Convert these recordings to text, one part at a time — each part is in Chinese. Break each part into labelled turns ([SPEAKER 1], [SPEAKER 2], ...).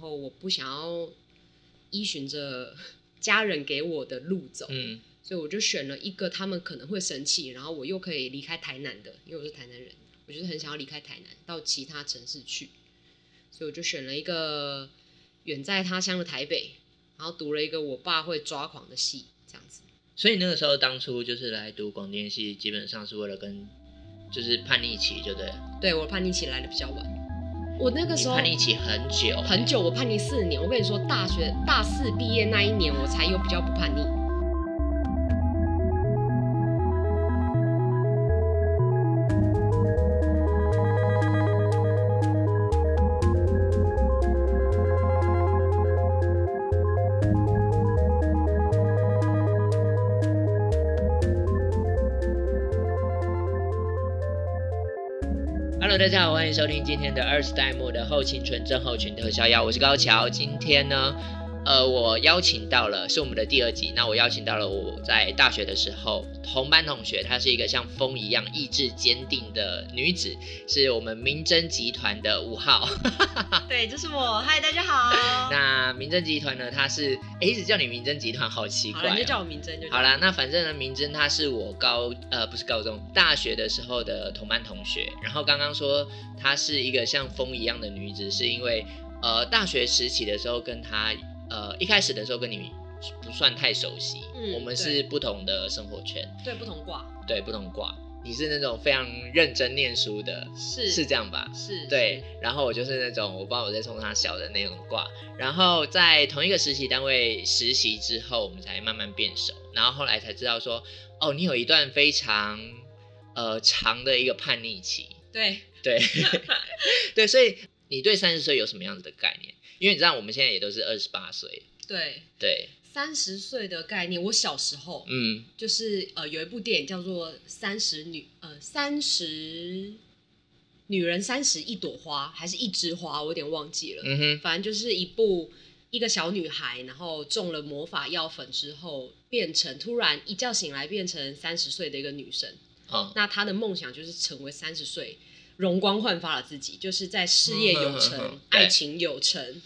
[SPEAKER 1] 后我不想要依循着家人给我的路走，
[SPEAKER 2] 嗯，
[SPEAKER 1] 所以我就选了一个他们可能会生气，然后我又可以离开台南的，因为我是台南人，我就是很想要离开台南，到其他城市去，所以我就选了一个远在他乡的台北，然后读了一个我爸会抓狂的戏，这样子。
[SPEAKER 2] 所以那个时候当初就是来读广电系，基本上是为了跟就是叛逆期，就对了。
[SPEAKER 1] 对我叛逆期来的比较晚，我那个
[SPEAKER 2] 你
[SPEAKER 1] 时候
[SPEAKER 2] 叛逆期很久欸
[SPEAKER 1] 很久，我叛逆四年。我跟你说，大学大四毕业那一年，我才有比较不叛逆。
[SPEAKER 2] Hello，大家好，欢迎收听今天的二十代目的后青春症候群特效药，我是高桥。今天呢，呃，我邀请到了是我们的第二集，那我邀请到了我在大学的时候同班同学，她是一个像风一样意志坚定的女子，是我们明侦集团的五号。
[SPEAKER 1] 对，就是我。嗨，大家好。
[SPEAKER 2] 那明侦集团呢，它是诶一直叫你明侦集团，好奇
[SPEAKER 1] 好
[SPEAKER 2] 怪、
[SPEAKER 1] 了，你就
[SPEAKER 2] 哦。
[SPEAKER 1] 叫我明真就
[SPEAKER 2] 好
[SPEAKER 1] 了。
[SPEAKER 2] 啦，那反正呢，明真他是我高呃不是高中大学的时候的同班同学。然后刚刚说她是一个像风一样的女子，是因为呃大学时期的时候跟她呃一开始的时候跟你不算太熟悉，
[SPEAKER 1] 嗯
[SPEAKER 2] 我们
[SPEAKER 1] 对
[SPEAKER 2] 是不同的生活圈，
[SPEAKER 1] 对，不同卦
[SPEAKER 2] 对不同挂。你是那种非常认真念书的，
[SPEAKER 1] 是
[SPEAKER 2] 是这样吧？
[SPEAKER 1] 是，
[SPEAKER 2] 对，然后我就是那种我不知道我在冲他小的那种挂，然后在同一个实习单位实习之后，我们才慢慢变熟，然后后来才知道说，哦，你有一段非常呃长的一个叛逆期，
[SPEAKER 1] 是对，
[SPEAKER 2] 对，对，所以你对三十岁有什么样子的概念？因为你知道我们现在也都是二十八岁，
[SPEAKER 1] 对。
[SPEAKER 2] 对，
[SPEAKER 1] 三十岁的概念，我小时候、
[SPEAKER 2] 嗯，
[SPEAKER 1] 就是呃有一部电影叫做《三十女》，呃，三十女人三十一朵花还是一枝花，我有点忘记了。
[SPEAKER 2] 嗯哼，
[SPEAKER 1] 反正就是一部一个小女孩，然后中了魔法药粉之后，变成突然一觉醒来变成三十岁的一个女生。
[SPEAKER 2] 哦，
[SPEAKER 1] 那她的梦想就是成为三十岁容光焕发的自己，就是在事业有成、
[SPEAKER 2] 嗯嗯嗯嗯对
[SPEAKER 1] 爱情有成，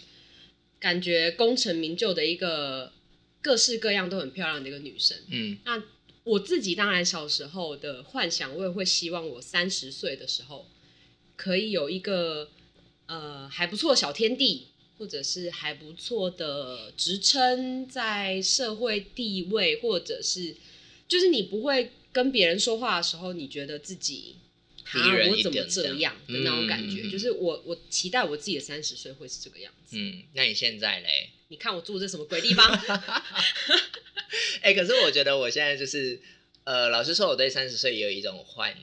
[SPEAKER 1] 感觉功成名就的一个各式各样都很漂亮的一个女生。
[SPEAKER 2] 嗯
[SPEAKER 1] 那我自己当然小时候的幻想，我也会希望我三十岁的时候可以有一个呃还不错的小天地，或者是还不错的职称，在社会地位，或者是就是你不会跟别人说话的时候，你觉得自己。
[SPEAKER 2] 低
[SPEAKER 1] 啊，
[SPEAKER 2] 人一
[SPEAKER 1] 我怎么
[SPEAKER 2] 点这
[SPEAKER 1] 这
[SPEAKER 2] 样
[SPEAKER 1] 样的那种感
[SPEAKER 2] 嗯嗯
[SPEAKER 1] 觉？
[SPEAKER 2] 嗯嗯
[SPEAKER 1] 就是我，我期待我自己的三十岁会是这个样子。
[SPEAKER 2] 嗯，那你现在嘞？
[SPEAKER 1] 你看我住这什么鬼地方？
[SPEAKER 2] 哎、可是我觉得我现在就是，呃，老实说，我对三十岁也有一种幻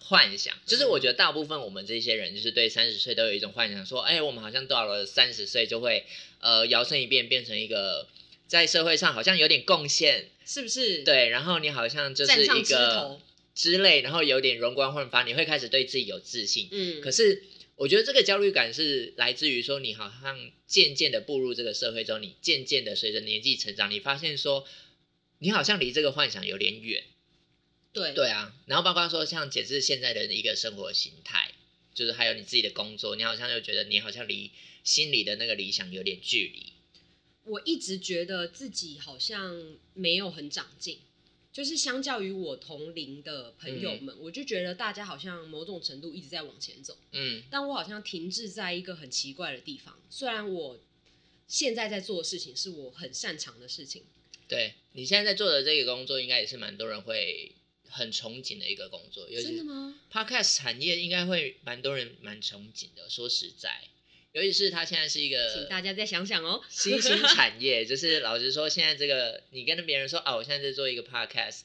[SPEAKER 2] 幻想，就是我觉得大部分我们这些人，就是对三十岁都有一种幻想，说，哎、我们好像到了三十岁就会，呃，摇身一变变成一个在社会上好像有点贡献，
[SPEAKER 1] 是不是？，
[SPEAKER 2] 对，然后你好像就是
[SPEAKER 1] 站上
[SPEAKER 2] 一
[SPEAKER 1] 枝
[SPEAKER 2] 个
[SPEAKER 1] 头。
[SPEAKER 2] 之类，然后有点容光焕发，你会开始对自己有自信。
[SPEAKER 1] 嗯，
[SPEAKER 2] 可是我觉得这个焦虑感是来自于说，你好像渐渐的步入这个社会中，你渐渐的随着年纪成长，你发现说，你好像离这个幻想有点远。
[SPEAKER 1] 对
[SPEAKER 2] 对啊，然后包括说像解释现在的一个生活形态，就是还有你自己的工作，你好像就觉得你好像离心里的那个理想有点距离。
[SPEAKER 1] 我一直觉得自己好像没有很长进，就是相较于我同龄的朋友们，我就觉得大家好像某种程度一直在往前走，
[SPEAKER 2] 嗯
[SPEAKER 1] 但我好像停滞在一个很奇怪的地方。虽然我现在在做的事情是我很擅长的事情，
[SPEAKER 2] 对你现在在做的这个工作，应该也是蛮多人会很憧憬的一个工作，尤
[SPEAKER 1] 真
[SPEAKER 2] 其
[SPEAKER 1] 的吗？
[SPEAKER 2] podcast 产业应该会蛮多人蛮憧憬的。说实在，尤其是它现在是一
[SPEAKER 1] 请
[SPEAKER 2] 个
[SPEAKER 1] 大家再想想哦。
[SPEAKER 2] 新兴产业，就是老实说，现在这个你跟别人说啊，我现在在做一个 podcast，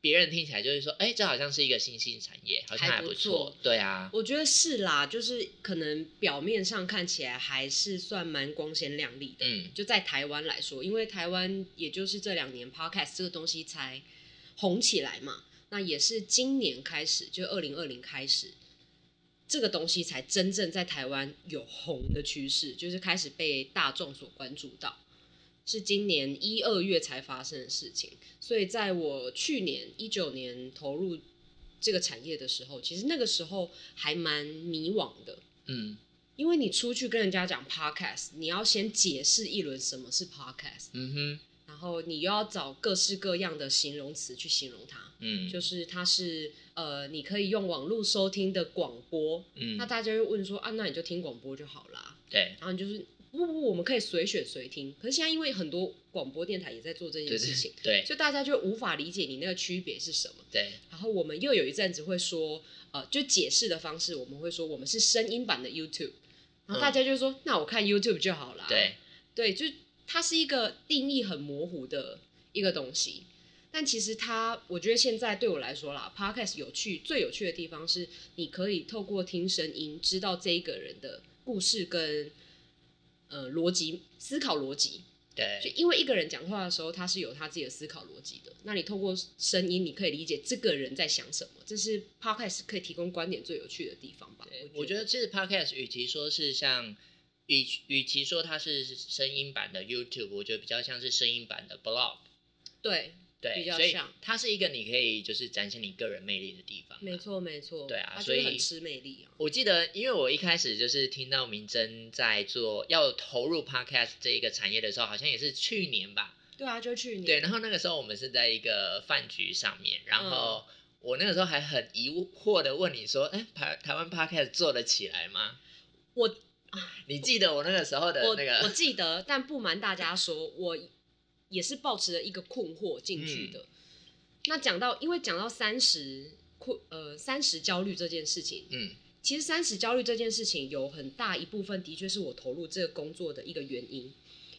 [SPEAKER 2] 别人听起来就是说，哎、这好像是一个新兴产业，好像
[SPEAKER 1] 还
[SPEAKER 2] 还
[SPEAKER 1] 不
[SPEAKER 2] 不
[SPEAKER 1] 错。
[SPEAKER 2] 对啊，
[SPEAKER 1] 我觉得是啦，就是可能表面上看起来还是算蛮光鲜亮丽的，
[SPEAKER 2] 嗯
[SPEAKER 1] 就在台湾来说，因为台湾也就是这两年 podcast 这个东西才红起来嘛，那也是今年开始，就二零二零开始，这个东西才真正在台湾有红的趋势，就是开始被大众所关注到，是今年一二月才发生的事情。所以在我去年一九年投入这个产业的时候，其实那个时候还蛮迷惘的，
[SPEAKER 2] 嗯，
[SPEAKER 1] 因为你出去跟人家讲 podcast，你要先解释一轮什么是 podcast，
[SPEAKER 2] 嗯哼，
[SPEAKER 1] 然后你又要找各式各样的形容词去形容它，
[SPEAKER 2] 嗯，
[SPEAKER 1] 就是它是呃，你可以用网络收听的广播，
[SPEAKER 2] 嗯
[SPEAKER 1] 那，大家就问说啊，那你就听广播就好啦。
[SPEAKER 2] 对，
[SPEAKER 1] 然后你就是不不，我们可以随选随听。可是现在因为很多广播电台也在做这件
[SPEAKER 2] 对
[SPEAKER 1] 事情
[SPEAKER 2] 对，对
[SPEAKER 1] 所以大家就无法理解你那个区别是什么。
[SPEAKER 2] 对，
[SPEAKER 1] 然后我们又有一阵子会说，呃，就解释的方式，我们会说我们是声音版的 YouTube，然后大家就说，那我看 YouTube 就好了。
[SPEAKER 2] 对，
[SPEAKER 1] 对，就它是一个定义很模糊的一个东西。但其实它，我觉得现在对我来说啦，Podcast 有趣最有趣的地方是，你可以透过听声音知道这一个人的故事跟呃逻辑思考逻辑。就
[SPEAKER 2] 对，
[SPEAKER 1] 因为一个人讲话的时候，他是有他自己的思考逻辑的。那你透过声音，你可以理解这个人在想什么，这是 podcast 可以提供观点最有趣的地方吧？
[SPEAKER 2] 我觉得其实 podcast 与其说是像，与与其说它是声音版的 YouTube，我觉得比较像是声音版的 blog。
[SPEAKER 1] 对，
[SPEAKER 2] 对，
[SPEAKER 1] 比较
[SPEAKER 2] 所以
[SPEAKER 1] 像
[SPEAKER 2] 它是一个你可以就是展现你个人魅力的地方、
[SPEAKER 1] 没。错没错，
[SPEAKER 2] 对啊
[SPEAKER 1] 他
[SPEAKER 2] 所
[SPEAKER 1] 就是
[SPEAKER 2] 以
[SPEAKER 1] 很吃魅力啊。
[SPEAKER 2] 我记得，因为我一开始就是听到明真在做要投入 podcast 这一个产业的时候，好像也是去年吧。
[SPEAKER 1] 对啊，就去年
[SPEAKER 2] 对，然后那个时候我们是在一个饭局上面，然后
[SPEAKER 1] 嗯
[SPEAKER 2] 我那个时候还很疑惑的问你说：“哎，台台湾 podcast 做得起来吗
[SPEAKER 1] 我？”
[SPEAKER 2] 你记得我那个时候的
[SPEAKER 1] 我、
[SPEAKER 2] 那
[SPEAKER 1] 我
[SPEAKER 2] 个
[SPEAKER 1] 记得，但不瞒大家说，我也是抱持了一个困惑进去的。那讲到，因为讲到三十困呃三十焦虑这件事情，
[SPEAKER 2] 嗯
[SPEAKER 1] 其实三十焦虑这件事情有很大一部分的确是我投入这个工作的一个原因，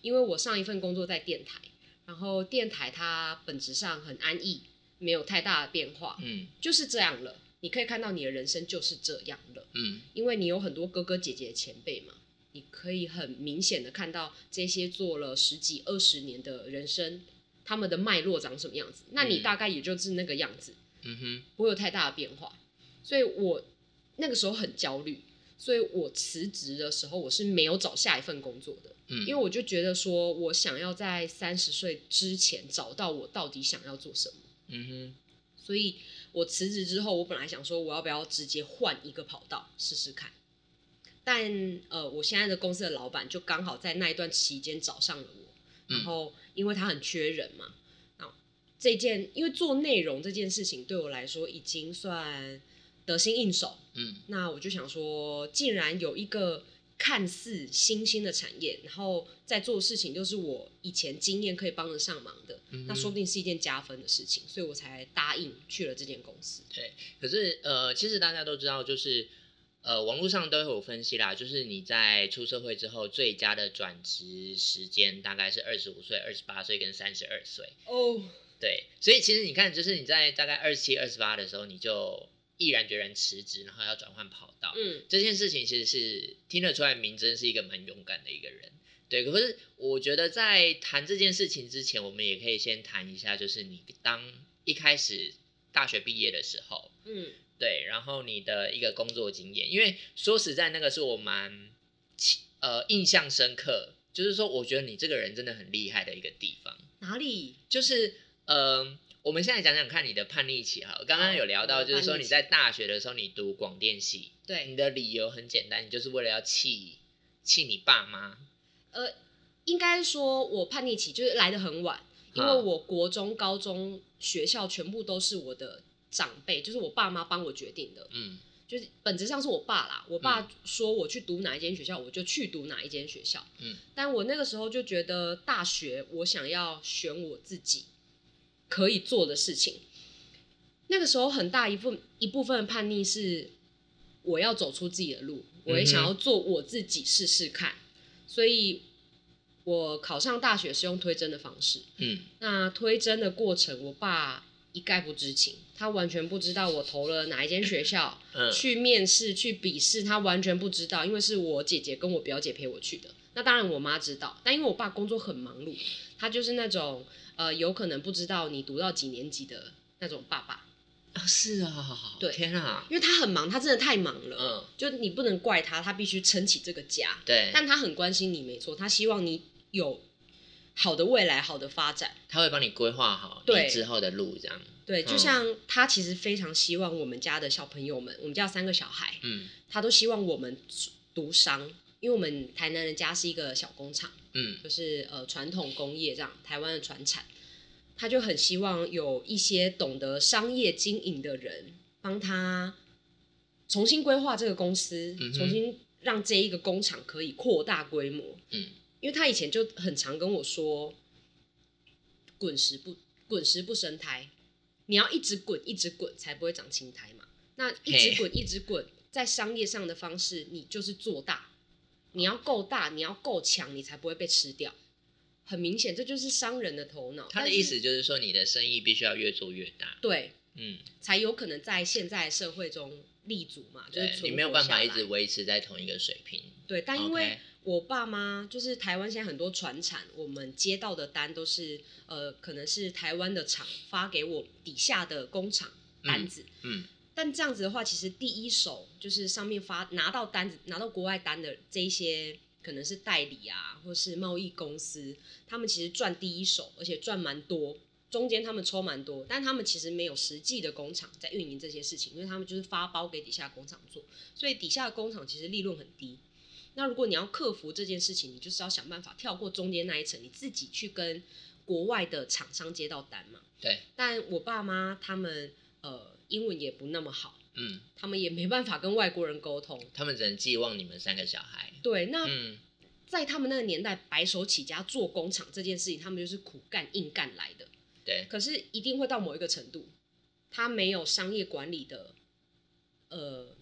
[SPEAKER 1] 因为我上一份工作在电台，然后电台它本质上很安逸，没有太大的变化，
[SPEAKER 2] 嗯
[SPEAKER 1] 就是这样了。你可以看到你的人生就是这样了，
[SPEAKER 2] 嗯
[SPEAKER 1] 因为你有很多哥哥姐姐前辈嘛，你可以很明显的看到这些做了十几二十年的人生，他们的脉络长什么样子，那你
[SPEAKER 2] 嗯
[SPEAKER 1] 大概也就是那个样子。
[SPEAKER 2] 嗯哼
[SPEAKER 1] 不会有太大的变化，所以我那个时候很焦虑，所以我辞职的时候我是没有找下一份工作的，
[SPEAKER 2] 嗯，
[SPEAKER 1] 因为我就觉得说我想要在三十岁之前找到我到底想要做什么，
[SPEAKER 2] 嗯哼
[SPEAKER 1] 所以我辞职之后，我本来想说我要不要直接换一个跑道试试看，但呃，我现在的公司的老板就刚好在那一段期间找上了我，
[SPEAKER 2] 嗯
[SPEAKER 1] 然后因为他很缺人嘛，那这件因为做内容这件事情对我来说已经算得心应手，
[SPEAKER 2] 嗯
[SPEAKER 1] 那我就想说，既然有一个看似新兴的产业，然后在做事情就是我以前经验可以帮得上忙的，
[SPEAKER 2] 嗯
[SPEAKER 1] 那
[SPEAKER 2] 哼
[SPEAKER 1] 说不定是一件加分的事情，所以我才答应去了这间公司。
[SPEAKER 2] 可是呃，其实大家都知道，就是呃，网络上都有分析啦，就是你在出社会之后，最佳的转职时间大概是二十五岁、二十八岁跟三十二岁。
[SPEAKER 1] 哦，
[SPEAKER 2] 对，所以其实你看，就是你在大概二七、二十八的时候，你就毅然决然辞职，然后要转换跑道。
[SPEAKER 1] 嗯，
[SPEAKER 2] 这件事情其实是听得出来，明真是一个蛮勇敢的一个人。对，可是我觉得在谈这件事情之前，我们也可以先谈一下，就是你当一开始大学毕业的时候，
[SPEAKER 1] 嗯，
[SPEAKER 2] 对，然后你的一个工作经验，因为说实在，那个是我蛮其呃印象深刻，就是说我觉得你这个人真的很厉害的一个地方，
[SPEAKER 1] 哪里？
[SPEAKER 2] 就是呃，我们现在讲讲看你的叛逆期哈，刚刚有聊
[SPEAKER 1] 好
[SPEAKER 2] 到
[SPEAKER 1] 哦我的
[SPEAKER 2] 就是说
[SPEAKER 1] 叛逆
[SPEAKER 2] 你
[SPEAKER 1] 期
[SPEAKER 2] 在大学的时候你读广电系，你
[SPEAKER 1] 对，
[SPEAKER 2] 的理由很简单，你就是为了要气气你爸妈，
[SPEAKER 1] 呃，应该说我叛逆期就是来的很晚，因为
[SPEAKER 2] 啊
[SPEAKER 1] 我国中、高中学校全部都是我的长辈，就是我爸妈帮我决定的。
[SPEAKER 2] 嗯
[SPEAKER 1] 就是本质上是我爸啦，我爸说我去读哪一间学校，我就去读哪一间学校。
[SPEAKER 2] 嗯，
[SPEAKER 1] 但我那个时候就觉得大学我想要选我自己可以做的事情。那个时候很大一部一部分叛逆是我要走出自己的路，我也想要做我自己试试看，所以我考上大学是用推甄的方式。
[SPEAKER 2] 嗯
[SPEAKER 1] 那推甄的过程，我爸一概不知情，他完全不知道我投了哪一间学校。
[SPEAKER 2] 嗯
[SPEAKER 1] 去面试、去笔试，他完全不知道，因为是我姐姐跟我表姐陪我去的。那当然我妈知道，但因为我爸工作很忙碌，他就是那种呃有可能不知道你读到几年级的那种爸爸，
[SPEAKER 2] 啊是啊，
[SPEAKER 1] 对
[SPEAKER 2] 天啊，
[SPEAKER 1] 因为他很忙，他真的太忙了，
[SPEAKER 2] 嗯
[SPEAKER 1] 就你不能怪他，他必须撑起这个家。
[SPEAKER 2] 对，
[SPEAKER 1] 但他很关心你，没错，他希望你有好的未来、好的发展。
[SPEAKER 2] 他会帮你规划好
[SPEAKER 1] 对
[SPEAKER 2] 你之后的路这样，
[SPEAKER 1] 对，
[SPEAKER 2] 嗯
[SPEAKER 1] 就像他其实非常希望我们家的小朋友们，我们家有三个小孩，
[SPEAKER 2] 嗯
[SPEAKER 1] 他都希望我们读商，因为我们台南人家是一个小工厂，
[SPEAKER 2] 嗯
[SPEAKER 1] 就是呃传统工业这样，台湾的传产，他就很希望有一些懂得商业经营的人帮他重新规划这个公司，
[SPEAKER 2] 嗯哼
[SPEAKER 1] 重新让这一个工厂可以扩大规模。
[SPEAKER 2] 嗯，
[SPEAKER 1] 因为他以前就很常跟我说，滚石不滚石不生苔，你要一直滚一直滚才不会长青苔嘛。那一
[SPEAKER 2] 嘿
[SPEAKER 1] 直滚一直滚，在商业上的方式，你就是做大，你要够大，你要够强，你才不会被吃掉。很明显，这就是商人的头脑。
[SPEAKER 2] 他的
[SPEAKER 1] 但是
[SPEAKER 2] 意思就是说你的生意必须要越做越大，
[SPEAKER 1] 对，
[SPEAKER 2] 嗯，
[SPEAKER 1] 才有可能在现在社会中立足嘛，就是
[SPEAKER 2] 对
[SPEAKER 1] 存
[SPEAKER 2] 你没有
[SPEAKER 1] 活
[SPEAKER 2] 办
[SPEAKER 1] 下
[SPEAKER 2] 法一
[SPEAKER 1] 来
[SPEAKER 2] 直维持在同一个水平。
[SPEAKER 1] 对，但因为
[SPEAKER 2] OK
[SPEAKER 1] 我爸妈就是台湾现在很多船产，我们接到的单都是呃，可能是台湾的厂发给我底下的工厂单子。
[SPEAKER 2] 嗯
[SPEAKER 1] 但这样子的话，其实第一手就是上面发拿到单子、拿到国外单的这一些，可能是代理啊，或是贸易公司，他们其实赚第一手，而且赚蛮多，中间他们抽蛮多，但他们其实没有实际的工厂在运营这些事情，因为他们就是发包给底下工厂做，所以底下的工厂其实利润很低。那如果你要克服这件事情，你就是要想办法跳过中间那一层，你自己去跟国外的厂商接到单嘛。
[SPEAKER 2] 对。
[SPEAKER 1] 但我爸妈他们呃英文也不那么好，
[SPEAKER 2] 嗯，
[SPEAKER 1] 他们也没办法跟外国人沟通。
[SPEAKER 2] 他们只能寄望你们三个小孩。
[SPEAKER 1] 对，那
[SPEAKER 2] 嗯，
[SPEAKER 1] 在他们那个年代，白手起家做工厂这件事情，他们就是苦干硬干来的。
[SPEAKER 2] 对，
[SPEAKER 1] 可是一定会到某一个程度，他没有商业管理的呃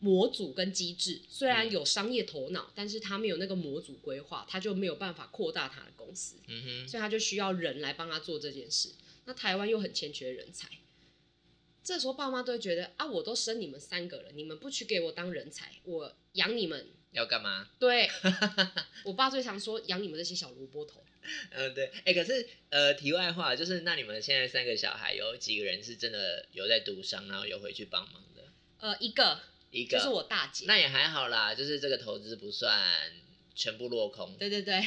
[SPEAKER 1] 模组跟机制，虽然
[SPEAKER 2] 嗯
[SPEAKER 1] 有商业头脑，但是他没有那个模组规划，他就没有办法扩大他的公司。
[SPEAKER 2] 嗯哼，
[SPEAKER 1] 所以他就需要人来帮他做这件事。那台湾又很欠缺人才，这时候爸妈都会觉得啊，我都生你们三个了，你们不去给我当人才，我养你们。
[SPEAKER 2] 要干嘛？
[SPEAKER 1] 对，我爸最常说养你们这些小萝卜头。
[SPEAKER 2] 嗯，对，哎、可是呃，题外话就是，那你们现在三个小孩有几个人是真的有在读商，然后有回去帮忙的？
[SPEAKER 1] 呃，一个
[SPEAKER 2] 一个，
[SPEAKER 1] 就是我大姐，
[SPEAKER 2] 那也还好啦，就是这个投资不算全部落空，
[SPEAKER 1] 对对对，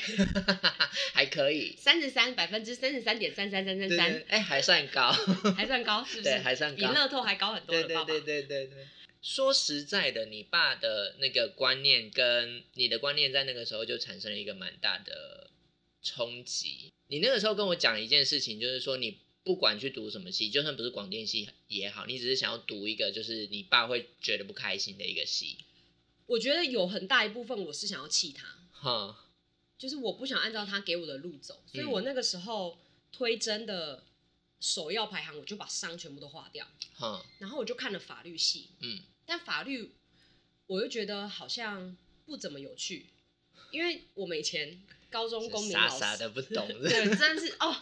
[SPEAKER 2] 还可以，
[SPEAKER 1] 三十三百分之三十三点三三三三
[SPEAKER 2] 对对，
[SPEAKER 1] 三，
[SPEAKER 2] 哎、还算高，
[SPEAKER 1] 还算高，是不
[SPEAKER 2] 对，
[SPEAKER 1] 是？
[SPEAKER 2] 还算
[SPEAKER 1] 比
[SPEAKER 2] 高，
[SPEAKER 1] 乐透还高很多
[SPEAKER 2] 对
[SPEAKER 1] 了，
[SPEAKER 2] 对
[SPEAKER 1] 爸爸
[SPEAKER 2] 对。对对对。说实在的，你爸的那个观念跟你的观念在那个时候就产生了一个蛮大的冲击。你那个时候跟我讲一件事情，就是说你不管去读什么系，就算不是广电系也好，你只是想要读一个就是你爸会觉得不开心的一个系。
[SPEAKER 1] 我觉得有很大一部分我是想要气他，
[SPEAKER 2] 哈，
[SPEAKER 1] 就是我不想按照他给我的路走，所以
[SPEAKER 2] 嗯
[SPEAKER 1] 我那个时候推甄的首要排行，我就把商全部都划掉，
[SPEAKER 2] 哈，
[SPEAKER 1] 然后我就看了法律系，
[SPEAKER 2] 嗯，
[SPEAKER 1] 但法律我又觉得好像不怎么有趣，因为我们以前高中公民
[SPEAKER 2] 傻
[SPEAKER 1] 老师，
[SPEAKER 2] 傻的不懂。
[SPEAKER 1] 对，真的是哦，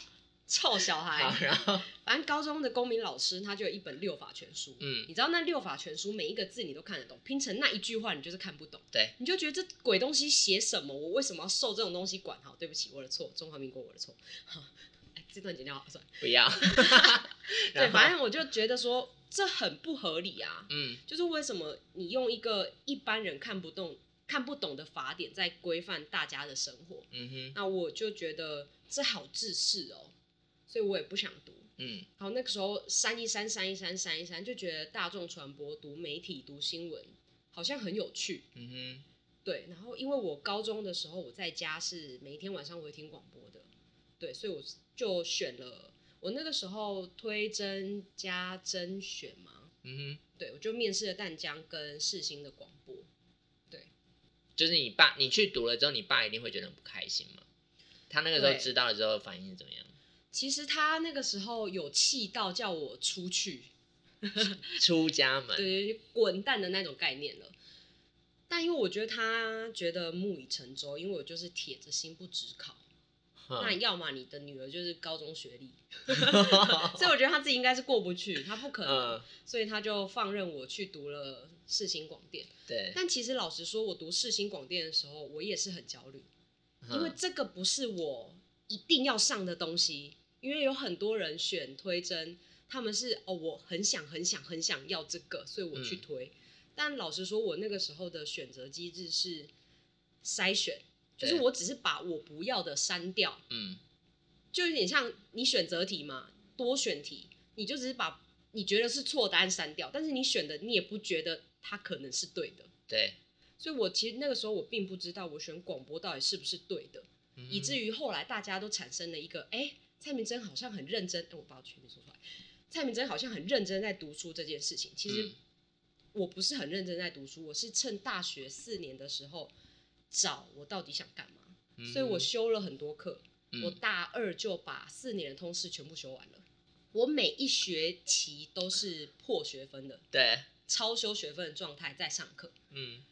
[SPEAKER 1] 臭小
[SPEAKER 2] 好，
[SPEAKER 1] 孩。
[SPEAKER 2] 然后
[SPEAKER 1] 反正高中的公民老师他就有一本六法全书，
[SPEAKER 2] 嗯，
[SPEAKER 1] 你知道那六法全书每一个字你都看得懂，拼成那一句话你就是看不懂。
[SPEAKER 2] 对，
[SPEAKER 1] 你就觉得这鬼东西写什么？我为什么要受这种东西管？好，对不起，我的错，中华民国我的错。 好，哎，这段剪掉好了算了。
[SPEAKER 2] 不要。
[SPEAKER 1] 对，
[SPEAKER 2] 然后
[SPEAKER 1] 反正我就觉得说这很不合理啊，
[SPEAKER 2] 嗯
[SPEAKER 1] 就是为什么你用一个一般人看不懂、看不懂的法典在规范大家的生活？
[SPEAKER 2] 嗯哼
[SPEAKER 1] 那我就觉得这好自私哦，所以我也不想读。
[SPEAKER 2] 嗯
[SPEAKER 1] 好，那个时候删一删、删一删、删一删，就觉得大众传播、读媒体、读新闻好像很有趣。
[SPEAKER 2] 嗯哼
[SPEAKER 1] 对，然后因为我高中的时候我在家是每一天晚上我会听广播的，对，所以我就选了我那个时候推甄加甄选嘛，
[SPEAKER 2] 嗯哼。
[SPEAKER 1] 对我就面试了淡江跟世新的广播，
[SPEAKER 2] 就是你爸，你去读了之后，你爸一定会觉得很不开心嘛。他那个时候
[SPEAKER 1] 对
[SPEAKER 2] 知道了之后，反应是怎么样？
[SPEAKER 1] 其实他那个时候有气到叫我出去，
[SPEAKER 2] 出家门，
[SPEAKER 1] 对，滚蛋的那种概念了。但因为我觉得他觉得木已成舟，因为我就是铁着心不只考，那
[SPEAKER 2] 哼
[SPEAKER 1] 要么你的女儿就是高中学历，所以我觉得他自己应该是过不去，他不可能，
[SPEAKER 2] 嗯，
[SPEAKER 1] 所以他就放任我去读了世新广电。
[SPEAKER 2] 对，
[SPEAKER 1] 但其实老实说，我读世新广电的时候，我也是很焦虑，因为
[SPEAKER 2] 嗯
[SPEAKER 1] 这个不是我一定要上的东西，因为有很多人选推甄，他们是哦，我很想很想很想要这个，所以我去
[SPEAKER 2] 嗯
[SPEAKER 1] 推。但老实说，我那个时候的选择机制是筛选，就是
[SPEAKER 2] 对
[SPEAKER 1] 我只是把我不要的删掉，
[SPEAKER 2] 嗯
[SPEAKER 1] 就有点像你选择题嘛，多选题，你就只是把你觉得是错的答案删掉，但是你选的你也不觉得它可能是对的，
[SPEAKER 2] 对，
[SPEAKER 1] 所以我其实那个时候我并不知道我选广播到底是不是对的，以至
[SPEAKER 2] 于
[SPEAKER 1] 于后来大家都产生了一个，哎、蔡明真好像很认真，哎、我把我全名说出来，蔡明真好像很认真在读书这件事情，其实
[SPEAKER 2] 嗯
[SPEAKER 1] 我不是很认真在读书，我是趁大学四年的时候找我到底想干嘛，
[SPEAKER 2] 嗯
[SPEAKER 1] 所以我修了很多课，我大二就把四年的通识全部修完了，我每一学期都是破学分的，
[SPEAKER 2] 对，
[SPEAKER 1] 超修学分的状态在上课，
[SPEAKER 2] 嗯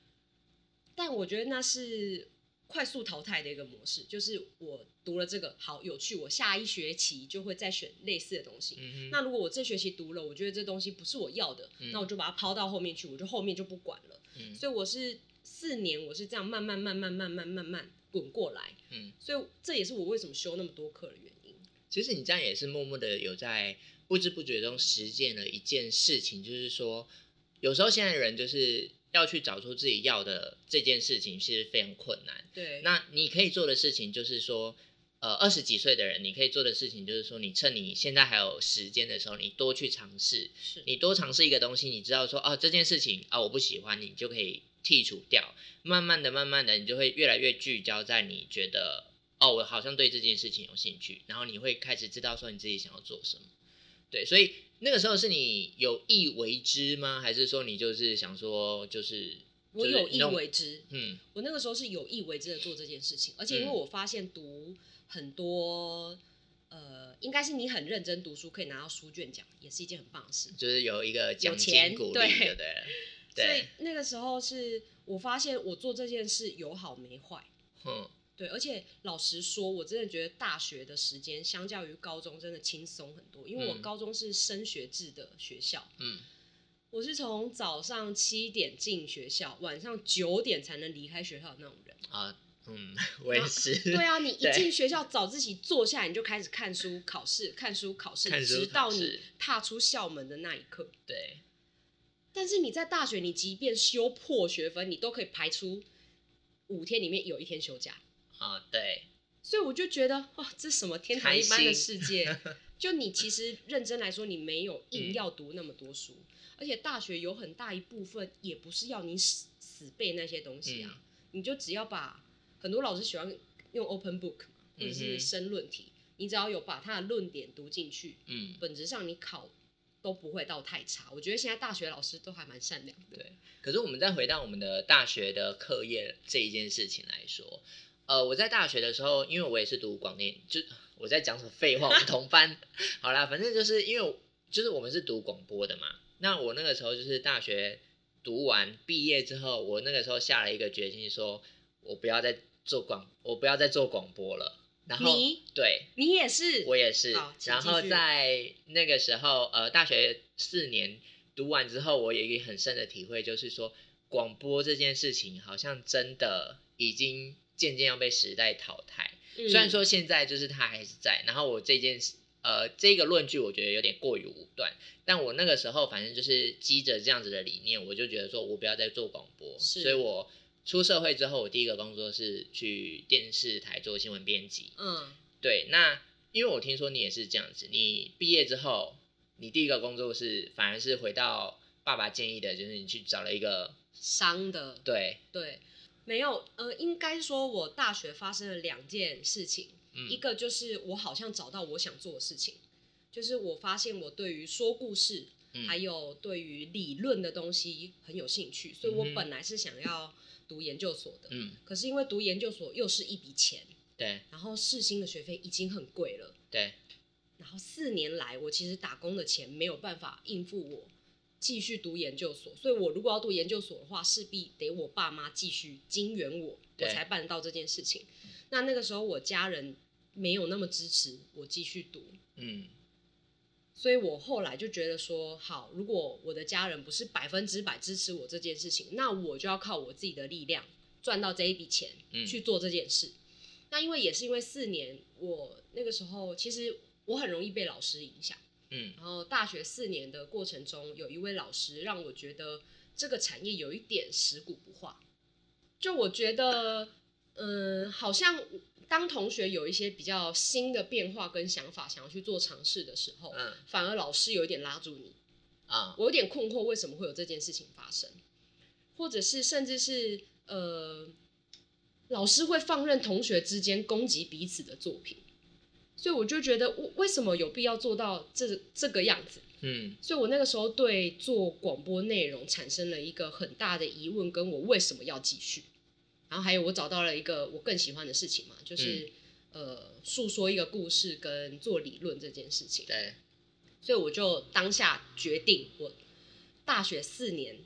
[SPEAKER 1] 但我觉得那是快速淘汰的一个模式，就是我读了这个好有趣，我下一学期就会再选类似的东西。
[SPEAKER 2] 嗯哼，
[SPEAKER 1] 那如果我这学期读了，我觉得这东西不是我要的，
[SPEAKER 2] 嗯
[SPEAKER 1] 那我就把它抛到后面去，我就后面就不管了。
[SPEAKER 2] 嗯
[SPEAKER 1] 所以我是四年，我是这样慢慢慢慢慢慢慢慢滚过来，
[SPEAKER 2] 嗯，
[SPEAKER 1] 所以这也是我为什么修那么多课的原因。
[SPEAKER 2] 其实你这样也是默默的有在不知不觉中实践了一件事情，就是说，有时候现在人就是要去找出自己要的这件事情是非常困难。
[SPEAKER 1] 对，
[SPEAKER 2] 那你可以做的事情就是说，呃，二十几岁的人，你可以做的事情就是说，你趁你现在还有时间的时候，你多去尝试，
[SPEAKER 1] 是
[SPEAKER 2] 你多尝试一个东西，你知道说，哦，这件事情啊、我不喜欢，你就可以剔除掉。慢慢的、慢慢的，你就会越来越聚焦在你觉得，哦，我好像对这件事情有兴趣，然后你会开始知道说你自己想要做什么。对，所以那个时候是你有意为之吗？还是说你就是想说，就是
[SPEAKER 1] 我有
[SPEAKER 2] 就是
[SPEAKER 1] 意
[SPEAKER 2] 弄
[SPEAKER 1] 为之，
[SPEAKER 2] 嗯
[SPEAKER 1] 我那个时候是有意为之的做这件事情，而且因为
[SPEAKER 2] 嗯
[SPEAKER 1] 我发现读很多，呃，应该是你很认真读书可以拿到书卷奖，也是一件很棒的事。
[SPEAKER 2] 就是有一个奖
[SPEAKER 1] 钱
[SPEAKER 2] 金鼓励，
[SPEAKER 1] 对
[SPEAKER 2] 对 不对？
[SPEAKER 1] 所以
[SPEAKER 2] 对，
[SPEAKER 1] 那个时候是我发现我做这件事有好没坏，
[SPEAKER 2] 嗯
[SPEAKER 1] 对，而且老实说，我真的觉得大学的时间相较于高中真的轻松很多，因为我
[SPEAKER 2] 嗯
[SPEAKER 1] 高中是升学制的学校，
[SPEAKER 2] 嗯
[SPEAKER 1] 我是从早上七点进学校，晚上九点才能离开学校的那种人。
[SPEAKER 2] 啊嗯， 我也是。
[SPEAKER 1] 对啊，你一
[SPEAKER 2] 对
[SPEAKER 1] 进学校早自习坐下来，你就开始看书、考试、看书、考试，
[SPEAKER 2] 看书
[SPEAKER 1] 直到
[SPEAKER 2] 考
[SPEAKER 1] 你
[SPEAKER 2] 试
[SPEAKER 1] 踏出校门的那一刻。
[SPEAKER 2] 对
[SPEAKER 1] 但是你在大学，你即便修破学分，你都可以排出五天里面有一天休假。
[SPEAKER 2] 啊对，
[SPEAKER 1] 所以我就觉得，哇，这什么天堂一般的
[SPEAKER 2] 开
[SPEAKER 1] 世
[SPEAKER 2] 心
[SPEAKER 1] 界？就你其实认真来说，你没有硬
[SPEAKER 2] 嗯
[SPEAKER 1] 要读那么多书，而且大学有很大一部分也不是要你死死背那些东西
[SPEAKER 2] 嗯
[SPEAKER 1] 啊，你就只要把很多老师喜欢用 open book 嘛或者
[SPEAKER 2] 嗯
[SPEAKER 1] 是
[SPEAKER 2] 哼
[SPEAKER 1] 申论题，你只要有把他的论点读进去，
[SPEAKER 2] 嗯
[SPEAKER 1] 本质上你考都不会到太差。我觉得现在大学老师都还蛮善良的，
[SPEAKER 2] 对。可是我们再回到我们的大学的课业这一件事情来说，呃，我在大学的时候，因为我也是读广电，就我在讲什么废话，我们同班。 好啦，反正就是因为我就是我们是读广播的嘛，那我那个时候就是大学读完毕业之后，我那个时候下了一个决心说，我不要再做广，我不要再做广播了。然后
[SPEAKER 1] 你
[SPEAKER 2] 对，
[SPEAKER 1] 你也是，
[SPEAKER 2] 我也是
[SPEAKER 1] 好。请
[SPEAKER 2] 然后
[SPEAKER 1] 继续
[SPEAKER 2] 在那个时候，呃，大学四年读完之后，我有一个很深的体会，就是说广播这件事情好像真的已经渐渐要被时代淘汰。
[SPEAKER 1] 嗯
[SPEAKER 2] 虽然说现在就是它还是在，然后我这件事。呃，这个论据我觉得有点过于武断，但我那个时候反正就是基着这样子的理念，我就觉得说我不要再做广播，
[SPEAKER 1] 是
[SPEAKER 2] 所以我出社会之后，我第一个工作是去电视台做新闻编辑，
[SPEAKER 1] 嗯，
[SPEAKER 2] 对，那因为我听说你也是这样子，你毕业之后，你第一个工作是反而是回到爸爸建议的，就是你去找了一个
[SPEAKER 1] 伤的，
[SPEAKER 2] 对，
[SPEAKER 1] 对，没有，呃，应该说我大学发生了两件事情，
[SPEAKER 2] 嗯
[SPEAKER 1] 一个就是我好像找到我想做的事情，就是我发现我对于说故事，
[SPEAKER 2] 嗯
[SPEAKER 1] 还有对于理论的东西很有兴趣，所以我
[SPEAKER 2] 嗯哼
[SPEAKER 1] 本来是想要读研究所的，
[SPEAKER 2] 嗯，
[SPEAKER 1] 可是因为读研究所又是一笔钱，
[SPEAKER 2] 对
[SPEAKER 1] 然后世新的学费已经很贵了，
[SPEAKER 2] 对，
[SPEAKER 1] 然后四年来，我其实打工的钱没有办法应付我继续读研究所，所以我如果要读研究所的话，势必得我爸妈继续金援我，我
[SPEAKER 2] 对
[SPEAKER 1] 才办得到这件事情。那那个时候我家人没有那么支持我继续读，
[SPEAKER 2] 嗯
[SPEAKER 1] 所以我后来就觉得说，好，如果我的家人不是百分之百支持我这件事情，那我就要靠我自己的力量赚到这一笔钱
[SPEAKER 2] 嗯
[SPEAKER 1] 去做这件事。那因为也是因为四年，我那个时候其实我很容易被老师影响。
[SPEAKER 2] 嗯
[SPEAKER 1] 然后大学四年的过程中，有一位老师让我觉得这个产业有一点食古不化。就我觉得，嗯，好像当同学有一些比较新的变化跟想法，想要去做尝试的时候，
[SPEAKER 2] 嗯
[SPEAKER 1] 反而老师有一点拉住你。
[SPEAKER 2] 啊
[SPEAKER 1] 我有点困惑，为什么会有这件事情发生，或者是甚至是呃，老师会放任同学之间攻击彼此的作品，所以我就觉得为为什么有必要做到这这个样子？
[SPEAKER 2] 嗯
[SPEAKER 1] 所以我那个时候对做广播内容产生了一个很大的疑问，跟我为什么要继续。然后还有我找到了一个我更喜欢的事情嘛，就是、呃诉说一个故事跟做理论这件事情。
[SPEAKER 2] 对，
[SPEAKER 1] 所以我就当下决定，我大学四年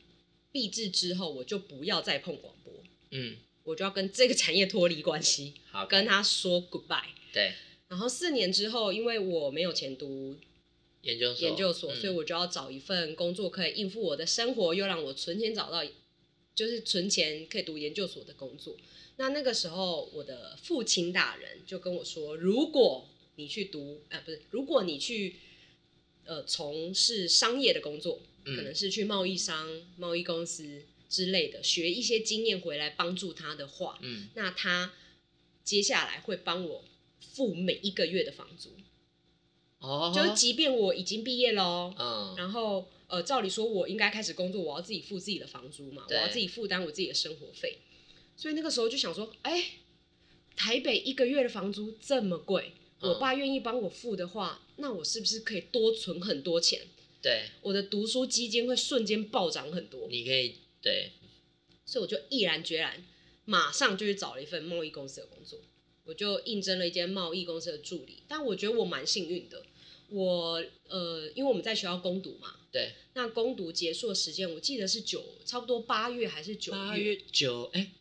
[SPEAKER 1] 毕制之后，我就不要再碰广播，
[SPEAKER 2] 嗯
[SPEAKER 1] 我就要跟这个产业脱离关系，
[SPEAKER 2] 好的，
[SPEAKER 1] 跟他说 goodbye。
[SPEAKER 2] 对
[SPEAKER 1] 然后四年之后，因为我没有钱读
[SPEAKER 2] 研究所
[SPEAKER 1] 研究所，
[SPEAKER 2] 嗯
[SPEAKER 1] 所以我就要找一份工作可以应付我的生活，又让我存钱找到，就是存钱可以读研究所的工作。那那个时候，我的父亲大人就跟我说，如果你去读，呃，不是，如果你去呃从事商业的工作，
[SPEAKER 2] 嗯
[SPEAKER 1] 可能是去贸易商、贸易公司之类的，学一些经验回来帮助他的话，
[SPEAKER 2] 嗯
[SPEAKER 1] 那他接下来会帮我付每一个月的房租。
[SPEAKER 2] 哦，
[SPEAKER 1] 就是即便我已经毕业了哦，
[SPEAKER 2] 嗯
[SPEAKER 1] 然后呃，照理说我应该开始工作，我要自己付自己的房租嘛，我
[SPEAKER 2] 对
[SPEAKER 1] 要自己负担我自己的生活费，所以那个时候就想说，哎，台北一个月的房租这么贵，
[SPEAKER 2] 嗯
[SPEAKER 1] 我爸愿意帮我付的话，那我是不是可以多存很多钱？
[SPEAKER 2] 对，
[SPEAKER 1] 我的读书基金会瞬间暴涨很多，
[SPEAKER 2] 你可以对
[SPEAKER 1] 所以我就毅然决然，马上就去找了一份贸易公司的工作，我就应征了一间贸易公司的助理。但我觉得我蛮幸运的，我呃，因为我们在学校攻读嘛，
[SPEAKER 2] 对，
[SPEAKER 1] 那攻读结束的时间我记得是九，差不多八月还是九
[SPEAKER 2] 八
[SPEAKER 1] 月，
[SPEAKER 2] 月九哎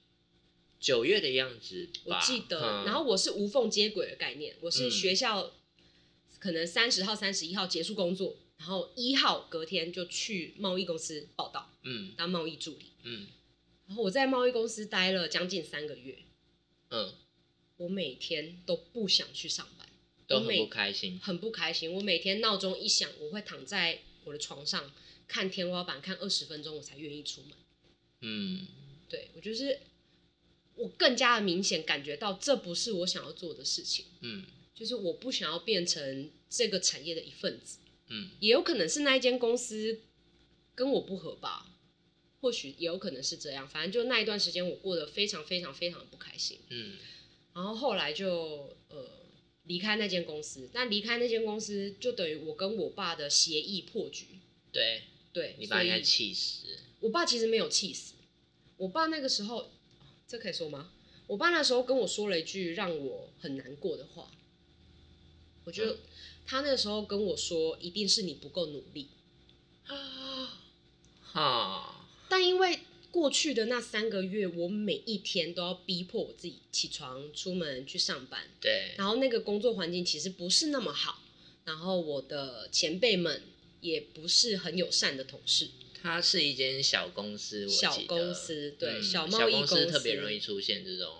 [SPEAKER 2] 九月的样子
[SPEAKER 1] 我
[SPEAKER 2] 吧，
[SPEAKER 1] 记得。
[SPEAKER 2] 嗯
[SPEAKER 1] 然后我是无缝接轨的概念，我
[SPEAKER 2] 嗯
[SPEAKER 1] 是学校可能三十号、三十一号结束工作，然后一号隔天就去贸易公司报道
[SPEAKER 2] 嗯
[SPEAKER 1] 当贸易助理。
[SPEAKER 2] 嗯
[SPEAKER 1] 然后我在贸易公司待了将近三个月，
[SPEAKER 2] 嗯，
[SPEAKER 1] 我每天都不想去上班，
[SPEAKER 2] 都
[SPEAKER 1] 我
[SPEAKER 2] 很
[SPEAKER 1] 每
[SPEAKER 2] 不开心，
[SPEAKER 1] 很不开心。我每天闹钟一响，我会躺在我的床上看天花板看二十分钟，我才愿意出门。
[SPEAKER 2] 嗯
[SPEAKER 1] 对我就是我更加的明显感觉到这不是我想要做的事情，
[SPEAKER 2] 嗯
[SPEAKER 1] 就是我不想要变成这个产业的一份子，
[SPEAKER 2] 嗯
[SPEAKER 1] 也有可能是那一间公司跟我不合吧，或许也有可能是这样，反正就那一段时间我过得非常非常非常不开心，
[SPEAKER 2] 嗯
[SPEAKER 1] 然后后来就呃离开那间公司，那离开那间公司就等于我跟我爸的协议破局，
[SPEAKER 2] 对，
[SPEAKER 1] 对，
[SPEAKER 2] 你把人
[SPEAKER 1] 所
[SPEAKER 2] 家
[SPEAKER 1] 以
[SPEAKER 2] 气死，
[SPEAKER 1] 我爸其实没有气死，我爸那个时候，这可以说吗？我爸那时候跟我说了一句让我很难过的话，我觉得、
[SPEAKER 2] 嗯
[SPEAKER 1] 他那时候跟我说，一定是你不够努力。
[SPEAKER 2] 哈，
[SPEAKER 1] 但因为过去的那三个月，我每一天都要逼迫我自己起床、出门去上班，
[SPEAKER 2] 对，
[SPEAKER 1] 然后那个工作环境其实不是那么好，然后我的前辈们也不是很友善的同事，
[SPEAKER 2] 它是一间小公司，我
[SPEAKER 1] 小
[SPEAKER 2] 记得
[SPEAKER 1] 公司对
[SPEAKER 2] 嗯
[SPEAKER 1] 小贸
[SPEAKER 2] 小
[SPEAKER 1] 易
[SPEAKER 2] 公
[SPEAKER 1] 公
[SPEAKER 2] 特别
[SPEAKER 1] 司
[SPEAKER 2] 容易出现这种，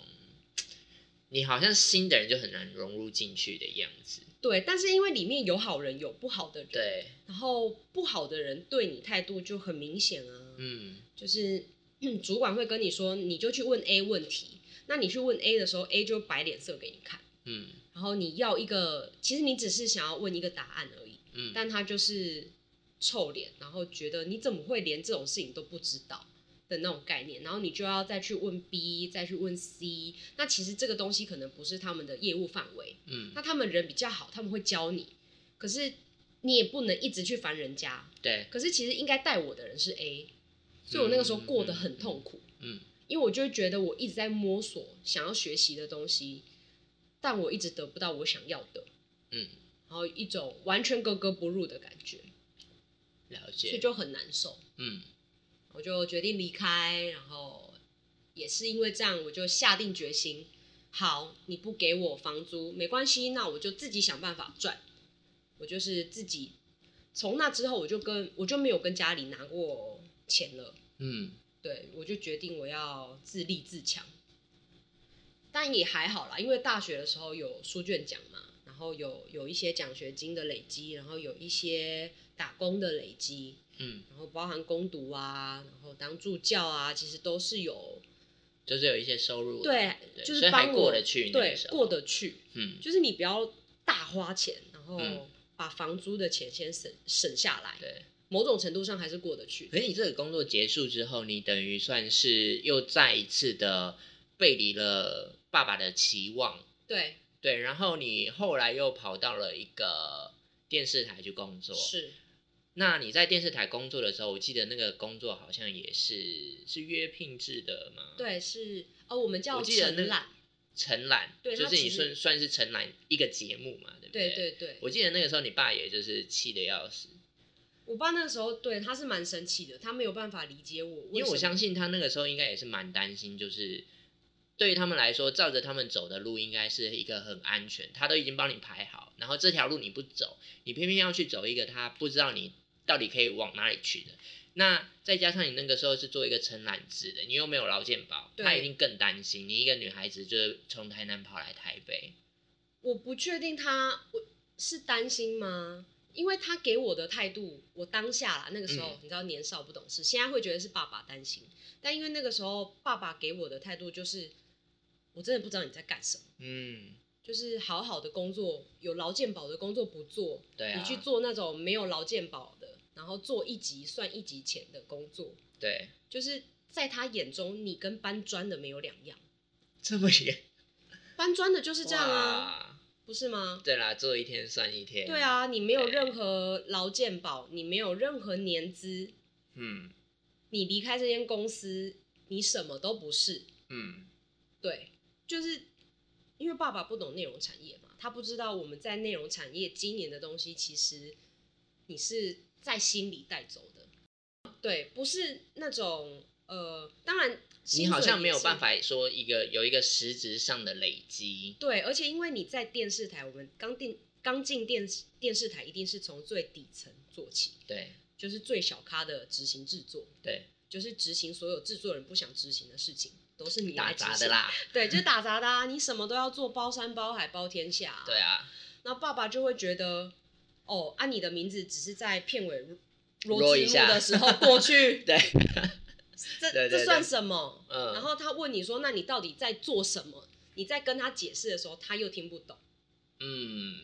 [SPEAKER 2] 你好像新的人就很难融入进去的样子。
[SPEAKER 1] 对，但是因为里面有好人有不好的人，
[SPEAKER 2] 对，
[SPEAKER 1] 然后不好的人对你态度就很明显啊，
[SPEAKER 2] 嗯
[SPEAKER 1] 就是、嗯主管会跟你说，你就去问 A 问题，那你去问 A 的时候，A 就摆脸色给你看，
[SPEAKER 2] 嗯
[SPEAKER 1] 然后你要一个，其实你只是想要问一个答案而已，
[SPEAKER 2] 嗯，
[SPEAKER 1] 但他就是臭脸，然后觉得你怎么会连这种事情都不知道的那种概念，然后你就要再去问 B，再去问 C，那其实这个东西可能不是他们的业务范围，
[SPEAKER 2] 嗯
[SPEAKER 1] 那他们人比较好，他们会教你，可是你也不能一直去烦人家，
[SPEAKER 2] 对，
[SPEAKER 1] 可是其实应该带我的人是 A，所以我那个时候过得很痛苦，
[SPEAKER 2] 嗯
[SPEAKER 1] 因为我就会觉得我一直在摸索想要学习的东西，但我一直得不到我想要的，
[SPEAKER 2] 嗯，
[SPEAKER 1] 然后一种完全格格不入的感觉，
[SPEAKER 2] 了
[SPEAKER 1] 所以
[SPEAKER 2] 解，
[SPEAKER 1] 就很难受。
[SPEAKER 2] 嗯
[SPEAKER 1] 我就决定离开，然后也是因为这样，我就下定决心，好，你不给我房租没关系，那我就自己想办法赚。我就是自己，从那之后我就跟我就没有跟家里拿过钱了，
[SPEAKER 2] 嗯
[SPEAKER 1] 对我就决定我要自立自强。但也还好啦，因为大学的时候有书卷奖嘛，然后有有一些奖学金的累积，然后有一些打工的累积，
[SPEAKER 2] 嗯，
[SPEAKER 1] 然后包含攻读啊，然后当助教啊，其实都是有
[SPEAKER 2] 就是有一些收入的，
[SPEAKER 1] 对，就
[SPEAKER 2] 所
[SPEAKER 1] 是
[SPEAKER 2] 以还
[SPEAKER 1] 帮我
[SPEAKER 2] 过得去，
[SPEAKER 1] 对过，得去，
[SPEAKER 2] 嗯
[SPEAKER 1] 就是你不要大花钱，然后
[SPEAKER 2] 嗯
[SPEAKER 1] 把房租的钱先省省下来，
[SPEAKER 2] 对，
[SPEAKER 1] 某种程度上还是过得去。
[SPEAKER 2] 可是你这个工作结束之后，你等于算是又再一次的背离了爸爸的期望，
[SPEAKER 1] 对，
[SPEAKER 2] 对，然后你后来又跑到了一个电视台去工作。
[SPEAKER 1] 是
[SPEAKER 2] 那你在电视台工作的时候，我记得那个工作好像也是是约聘制的嘛？，
[SPEAKER 1] 对是哦，我们叫
[SPEAKER 2] 我记得那
[SPEAKER 1] 承揽，
[SPEAKER 2] 承揽，
[SPEAKER 1] 对
[SPEAKER 2] 就
[SPEAKER 1] 它
[SPEAKER 2] 是你
[SPEAKER 1] 其实
[SPEAKER 2] 算算是承揽一个节目嘛，对不
[SPEAKER 1] 对对
[SPEAKER 2] 对
[SPEAKER 1] 对。
[SPEAKER 2] 我记得那个时候你爸也就是气得要死，
[SPEAKER 1] 我爸那时候对他是蛮生气的，他没有办法理解我，
[SPEAKER 2] 因为我
[SPEAKER 1] 什么
[SPEAKER 2] 相信他那个时候应该也是蛮担心，就是对于他们来说，照着他们走的路应该是一个很安全，他都已经帮你排好，然后这条路你不走，你偏偏要去走一个他不知道你到底可以往哪里去的。那再加上你那个时候是做一个承揽制的，你又没有劳健保，
[SPEAKER 1] 对
[SPEAKER 2] 他一定更担心。你一个女孩子就是从台南跑来台北，
[SPEAKER 1] 我不确定他我是担心吗？因为他给我的态度，我当下啦那个时候、
[SPEAKER 2] 嗯
[SPEAKER 1] 你知道年少不懂事，现在会觉得是爸爸担心，但因为那个时候爸爸给我的态度就是，我真的不知道你在干什么，
[SPEAKER 2] 嗯，
[SPEAKER 1] 就是好好的工作，有劳健保的工作不做，
[SPEAKER 2] 对啊，
[SPEAKER 1] 你去做那种没有劳健保的，然后做一级算一级钱的工作，
[SPEAKER 2] 对，
[SPEAKER 1] 就是在他眼中你跟搬砖的没有两样，
[SPEAKER 2] 这么严
[SPEAKER 1] 搬砖的就是这样啊，
[SPEAKER 2] 哇
[SPEAKER 1] 不是吗？
[SPEAKER 2] 对啦，做一天算一天。
[SPEAKER 1] 对，啊，你没有
[SPEAKER 2] 对
[SPEAKER 1] 任何劳健保，你没有任何年资，
[SPEAKER 2] 嗯
[SPEAKER 1] 你离开这间公司，你什么都不是。
[SPEAKER 2] 嗯，
[SPEAKER 1] 对，就是因为爸爸不懂内容产业嘛，他不知道我们在内容产业经营的东西，其实你是在心里带走的。对，不是那种呃，当然
[SPEAKER 2] 你好像没有办
[SPEAKER 1] 法。
[SPEAKER 2] 法说一个有一个实质上的累积。
[SPEAKER 1] 对，而且因为你在电视台，我们刚电刚进电视电视台，一定是从最底层做起，
[SPEAKER 2] 对
[SPEAKER 1] 就是最小咖的执行制作。
[SPEAKER 2] 对，
[SPEAKER 1] 就是执行所有制作人不想执行的事情，都是你
[SPEAKER 2] 打
[SPEAKER 1] 来执
[SPEAKER 2] 杂的
[SPEAKER 1] 行。
[SPEAKER 2] 啦。
[SPEAKER 1] 对，就是打杂的啊，你什么都要做，包山包海包天下、啊。
[SPEAKER 2] 对。啊，
[SPEAKER 1] 那爸爸就会觉得，哦，按、你的名字只是在片尾
[SPEAKER 2] 揉
[SPEAKER 1] 罗
[SPEAKER 2] 一
[SPEAKER 1] 字
[SPEAKER 2] 下
[SPEAKER 1] 幕的时候过去，
[SPEAKER 2] 对，
[SPEAKER 1] 这
[SPEAKER 2] 对对
[SPEAKER 1] 这算什么？
[SPEAKER 2] 嗯
[SPEAKER 1] 然后他问你说，那你到底在做什么？你在跟他解释的时候，他又听不懂。
[SPEAKER 2] 嗯，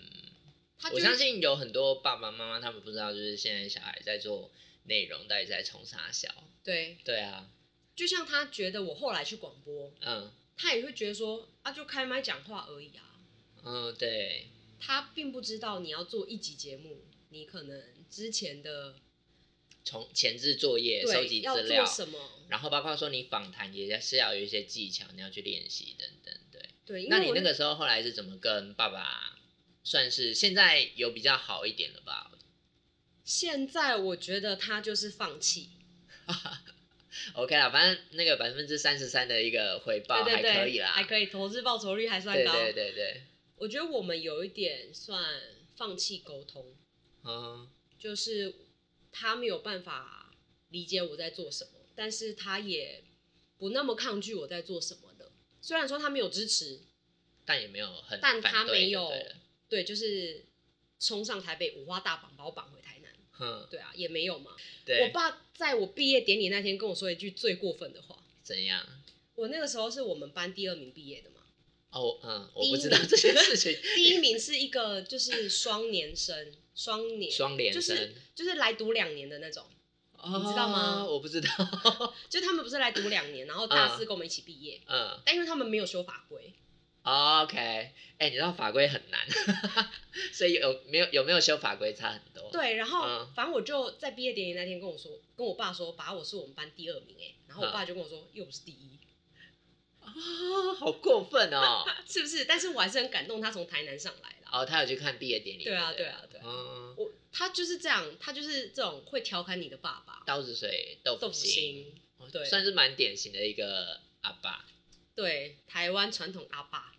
[SPEAKER 1] 他就
[SPEAKER 2] 我
[SPEAKER 1] 是
[SPEAKER 2] 相信有很多爸爸妈妈他们不知道，就是现在小孩在做内容到底在冲啥小。
[SPEAKER 1] 对，
[SPEAKER 2] 对啊，
[SPEAKER 1] 就像他觉得我后来去广播，
[SPEAKER 2] 嗯
[SPEAKER 1] 他也会觉得说，啊，就开麦讲话而已啊。
[SPEAKER 2] 嗯，对，
[SPEAKER 1] 他并不知道你要做一集节目，你可能之前的
[SPEAKER 2] 从前置作业、收
[SPEAKER 1] 对
[SPEAKER 2] 集
[SPEAKER 1] 要
[SPEAKER 2] 资
[SPEAKER 1] 做
[SPEAKER 2] 料，
[SPEAKER 1] 什么，
[SPEAKER 2] 然后包括说你访谈也是要有一些技巧，你要去练习等等，对。
[SPEAKER 1] 对，因
[SPEAKER 2] 那
[SPEAKER 1] 为
[SPEAKER 2] 你
[SPEAKER 1] 我
[SPEAKER 2] 那个时候后来是怎么跟爸爸？算是现在有比较好一点了吧？
[SPEAKER 1] 现在我觉得他就是放弃，
[SPEAKER 2] OK 啦，反正那个百分之三十三的一个回报
[SPEAKER 1] 对
[SPEAKER 2] 还
[SPEAKER 1] 对对，
[SPEAKER 2] 可以啦，
[SPEAKER 1] 还可以，投资报酬率还算
[SPEAKER 2] 对
[SPEAKER 1] 高。
[SPEAKER 2] 对对对，
[SPEAKER 1] 我觉得我们有一点算放弃沟通，
[SPEAKER 2] 嗯，
[SPEAKER 1] 就是他没有办法理解我在做什么，但是他也不那么抗拒我在做什么的。虽然说他没有支持，
[SPEAKER 2] 但也没有很
[SPEAKER 1] 但
[SPEAKER 2] 反
[SPEAKER 1] 他
[SPEAKER 2] 对
[SPEAKER 1] 没
[SPEAKER 2] 就
[SPEAKER 1] 有
[SPEAKER 2] 对了
[SPEAKER 1] 对，就是冲上台北五花大绑把我绑回台南。
[SPEAKER 2] 哼，
[SPEAKER 1] 对啊，也没有嘛。我
[SPEAKER 2] 对，
[SPEAKER 1] 爸在我毕业典礼那天跟我说一句最过分的话。
[SPEAKER 2] 怎样？
[SPEAKER 1] 我那个时候是我们班第二名毕业的嘛，
[SPEAKER 2] 哦，我嗯，我
[SPEAKER 1] 第一
[SPEAKER 2] 不知道
[SPEAKER 1] 名
[SPEAKER 2] 这件 事情，
[SPEAKER 1] 第一名是一个就是双年生，双年
[SPEAKER 2] 双连
[SPEAKER 1] 就是
[SPEAKER 2] 生，
[SPEAKER 1] 就是来读两年的那种，
[SPEAKER 2] 你
[SPEAKER 1] 你知道吗
[SPEAKER 2] 哦我不知道，
[SPEAKER 1] 就他们不是来读两年，然后大四跟我们一起毕业，
[SPEAKER 2] 嗯
[SPEAKER 1] 但因为他们没有修法规，
[SPEAKER 2] ，OK，哎、你知道法规很难，所以有没有有没有修法规差很多，，
[SPEAKER 1] 对，然后、
[SPEAKER 2] 嗯
[SPEAKER 1] 反正我就在毕业典礼那天跟我说，跟我爸说，爸我是我们班第二名哎、然
[SPEAKER 2] 嗯
[SPEAKER 1] 后我爸就跟我说又不是第一，
[SPEAKER 2] 啊、好过分哦，
[SPEAKER 1] 是不是？但是我还是很感动，他从台南上来啦，
[SPEAKER 2] 哦，他有去看毕业典礼，
[SPEAKER 1] 对啊
[SPEAKER 2] 不
[SPEAKER 1] 对啊对啊
[SPEAKER 2] 嗯，
[SPEAKER 1] 我他就是这样，他就是这种会调侃你的爸爸，
[SPEAKER 2] 刀子水豆
[SPEAKER 1] 豆
[SPEAKER 2] 腐
[SPEAKER 1] 腐
[SPEAKER 2] 心，
[SPEAKER 1] 心，
[SPEAKER 2] 哦
[SPEAKER 1] 对
[SPEAKER 2] 算是蛮典型的一个阿爸。
[SPEAKER 1] 对，台湾传统阿爸，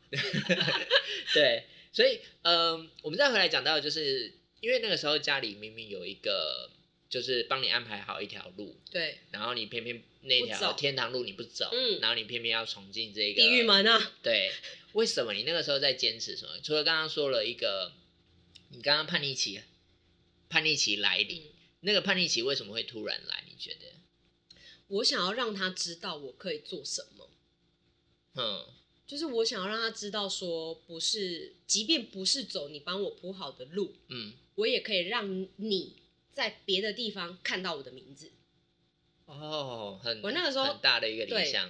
[SPEAKER 2] 对， 所以嗯，我们再回来讲到，就是因为那个时候家里明明有一个，就是帮你安排好一条路，
[SPEAKER 1] 对，
[SPEAKER 2] 然后你偏偏那
[SPEAKER 1] 不
[SPEAKER 2] 条
[SPEAKER 1] 走
[SPEAKER 2] 天堂路你不走，
[SPEAKER 1] 嗯
[SPEAKER 2] 然后你偏偏要重进这个
[SPEAKER 1] 地狱？门啊，
[SPEAKER 2] 对，为什么你那个时候在坚持什么？除了刚刚说了一个，你刚刚叛逆期，叛逆期来临，
[SPEAKER 1] 嗯
[SPEAKER 2] 那个叛逆期为什么会突然来？你觉得？
[SPEAKER 1] 我想要让他知道我可以做什么，
[SPEAKER 2] 嗯
[SPEAKER 1] 就是我想要让他知道说，不是，即便不是走你帮我铺好的路，
[SPEAKER 2] 嗯
[SPEAKER 1] 我也可以让你在别的地方看到我的名字，
[SPEAKER 2] 哦，很
[SPEAKER 1] 我那个时候
[SPEAKER 2] 很大的一个理
[SPEAKER 1] 对
[SPEAKER 2] 想，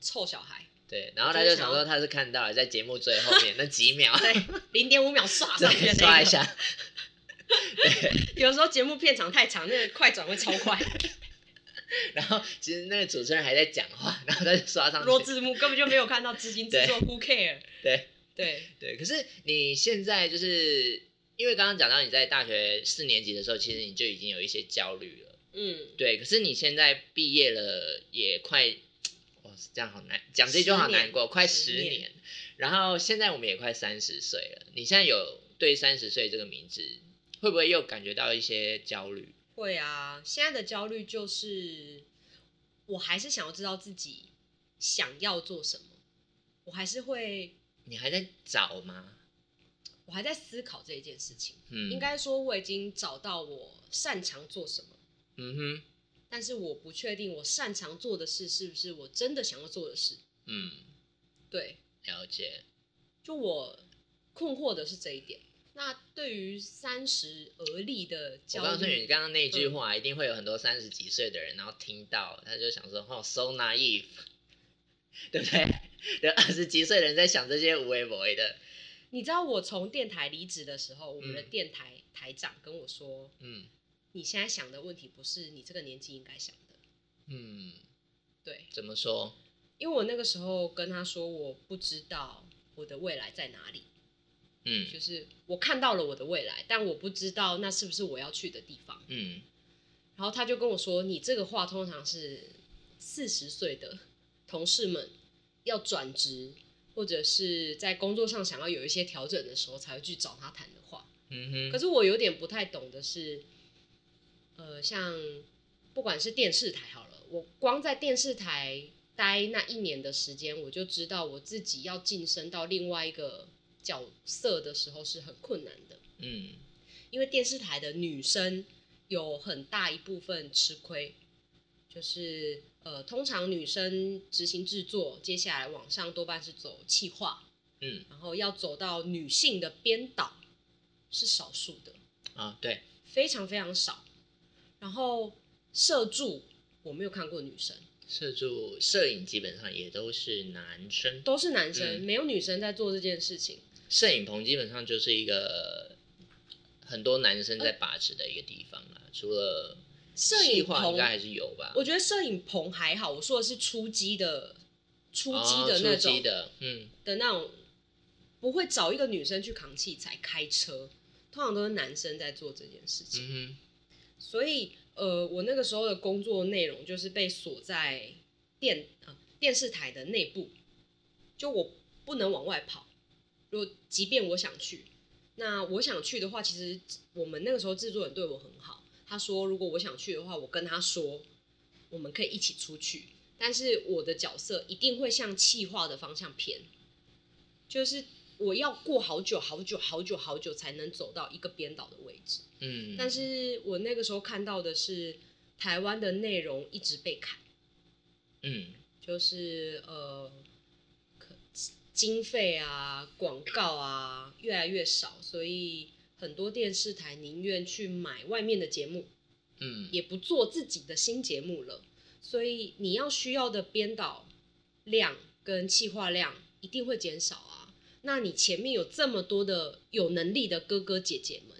[SPEAKER 1] 臭小孩，
[SPEAKER 2] 对，然后
[SPEAKER 1] 我就
[SPEAKER 2] 他
[SPEAKER 1] 是
[SPEAKER 2] 就
[SPEAKER 1] 想
[SPEAKER 2] 想
[SPEAKER 1] 要
[SPEAKER 2] 说他是看到了，在节目最后面 那几秒，
[SPEAKER 1] 对，零点五秒刷上去
[SPEAKER 2] 对
[SPEAKER 1] 的
[SPEAKER 2] 刷
[SPEAKER 1] 那
[SPEAKER 2] 一
[SPEAKER 1] 一种。
[SPEAKER 2] 下，
[SPEAKER 1] 有时候节目片长太长，那个快转会超 快，
[SPEAKER 2] 然后其实那个主持人还在讲话，然后他就刷上
[SPEAKER 1] 罗
[SPEAKER 2] 去，
[SPEAKER 1] 字幕根本就没有看到资金制作，Who care？
[SPEAKER 2] 对
[SPEAKER 1] 对，
[SPEAKER 2] 对。可是你现在就是因为刚刚讲到你在大学四年级的时候，其实你就已经有一些焦虑了，
[SPEAKER 1] 嗯，
[SPEAKER 2] 对。可是你现在毕业了，也快。哦，这样好难讲，这就好
[SPEAKER 1] 十年
[SPEAKER 2] 难过，快
[SPEAKER 1] 十
[SPEAKER 2] 十
[SPEAKER 1] 年
[SPEAKER 2] 年。然后现在我们也快三十岁了，你现在有对三十岁这个名字，会不会又感觉到一些焦虑？
[SPEAKER 1] 会啊。现在的焦虑就是，我还是想要知道自己想要做什么，我还是会，
[SPEAKER 2] 你还在找吗？
[SPEAKER 1] 我还在思考这一件事情。
[SPEAKER 2] 嗯，
[SPEAKER 1] 应，该说我已经找到我擅长做什么，
[SPEAKER 2] 嗯哼，
[SPEAKER 1] 但是我不确定我擅长做的事是不是我真的想要做的事。
[SPEAKER 2] 嗯，
[SPEAKER 1] 对，
[SPEAKER 2] 了解，
[SPEAKER 1] 就我困惑的是这一点。那对于三十而立的
[SPEAKER 2] 我
[SPEAKER 1] 焦
[SPEAKER 2] 告诉你，
[SPEAKER 1] 虑，嗯
[SPEAKER 2] 刚刚那句话、一定会有很多三十几岁的人，然后听到他就想说，哦，so naive，对不对？ 有二十几岁的人在想这些无为不为的，
[SPEAKER 1] 你知道我从电台离职的时候，我们的
[SPEAKER 2] 嗯
[SPEAKER 1] 电台台长跟我说，
[SPEAKER 2] 嗯
[SPEAKER 1] 你现在想的问题不是你这个年纪应该想的。
[SPEAKER 2] 嗯，
[SPEAKER 1] 对，
[SPEAKER 2] 怎么说？
[SPEAKER 1] 因为我那个时候跟他说，我不知道我的未来在哪里，
[SPEAKER 2] 嗯
[SPEAKER 1] 就是我看到了我的未来，但我不知道那是不是我要去的地方。
[SPEAKER 2] 嗯，
[SPEAKER 1] 然后他就跟我说：“你这个话通常是四十岁的同事们要转职，或者是在工作上想要有一些调整的时候才会去找他谈的话。
[SPEAKER 2] 嗯
[SPEAKER 1] 可
[SPEAKER 2] 哼，
[SPEAKER 1] 是我有点不太懂的是，呃，像不管是电视台好了，我光在电视台待那一年的时间，我就知道我自己要晋升到另外一个角色的时候是很困难的。”
[SPEAKER 2] 嗯
[SPEAKER 1] 因为电视台的女生有很大一部分吃亏，就是呃，通常女生执行制作，接下来往上多半是走企划，
[SPEAKER 2] 嗯，
[SPEAKER 1] 然后要走到女性的编导是少数的，
[SPEAKER 2] 啊，对，
[SPEAKER 1] 非常非常少。然后社助我没有看过女生，
[SPEAKER 2] 摄助摄影基本上也都是男生，
[SPEAKER 1] 都是男生，
[SPEAKER 2] 嗯
[SPEAKER 1] 没有女生在做这件事情。
[SPEAKER 2] 摄影棚基本上就是一个很多男生
[SPEAKER 1] 呃
[SPEAKER 2] 在把持的一个地方啦，除了
[SPEAKER 1] 摄影
[SPEAKER 2] 企划应
[SPEAKER 1] 棚
[SPEAKER 2] 该还是有吧，
[SPEAKER 1] 我觉得摄影棚还好，我说的是出击的，出击
[SPEAKER 2] 哦
[SPEAKER 1] 的那
[SPEAKER 2] 出
[SPEAKER 1] 种，
[SPEAKER 2] 击的，嗯
[SPEAKER 1] 的那种，不会找一个女生去扛器材开车，通常都是男生在做这件事情。
[SPEAKER 2] 嗯
[SPEAKER 1] 所以，呃，我那个时候的工作内容就是被锁在电呃电视台的内部，就我不能往外跑。如果即便我想去，那我想去的话，其实我们那个时候制作人对我很好，他说如果我想去的话，我跟他说，我们可以一起出去，但是我的角色一定会向气化的方向偏，就是我要过好久好久好久好久才能走到一个编导的位置。
[SPEAKER 2] 哼嗯，
[SPEAKER 1] 但是我那个时候看到的是，台湾的内容一直被砍，
[SPEAKER 2] 嗯
[SPEAKER 1] 就是呃，可经费啊、广告啊越来越少，所以很多电视台宁愿去买外面的节目，
[SPEAKER 2] 嗯
[SPEAKER 1] 也不做自己的新节目了。所以你要需要的编导量跟企划量一定会减少啊。那你前面有这么多的有能力的哥哥姐姐们，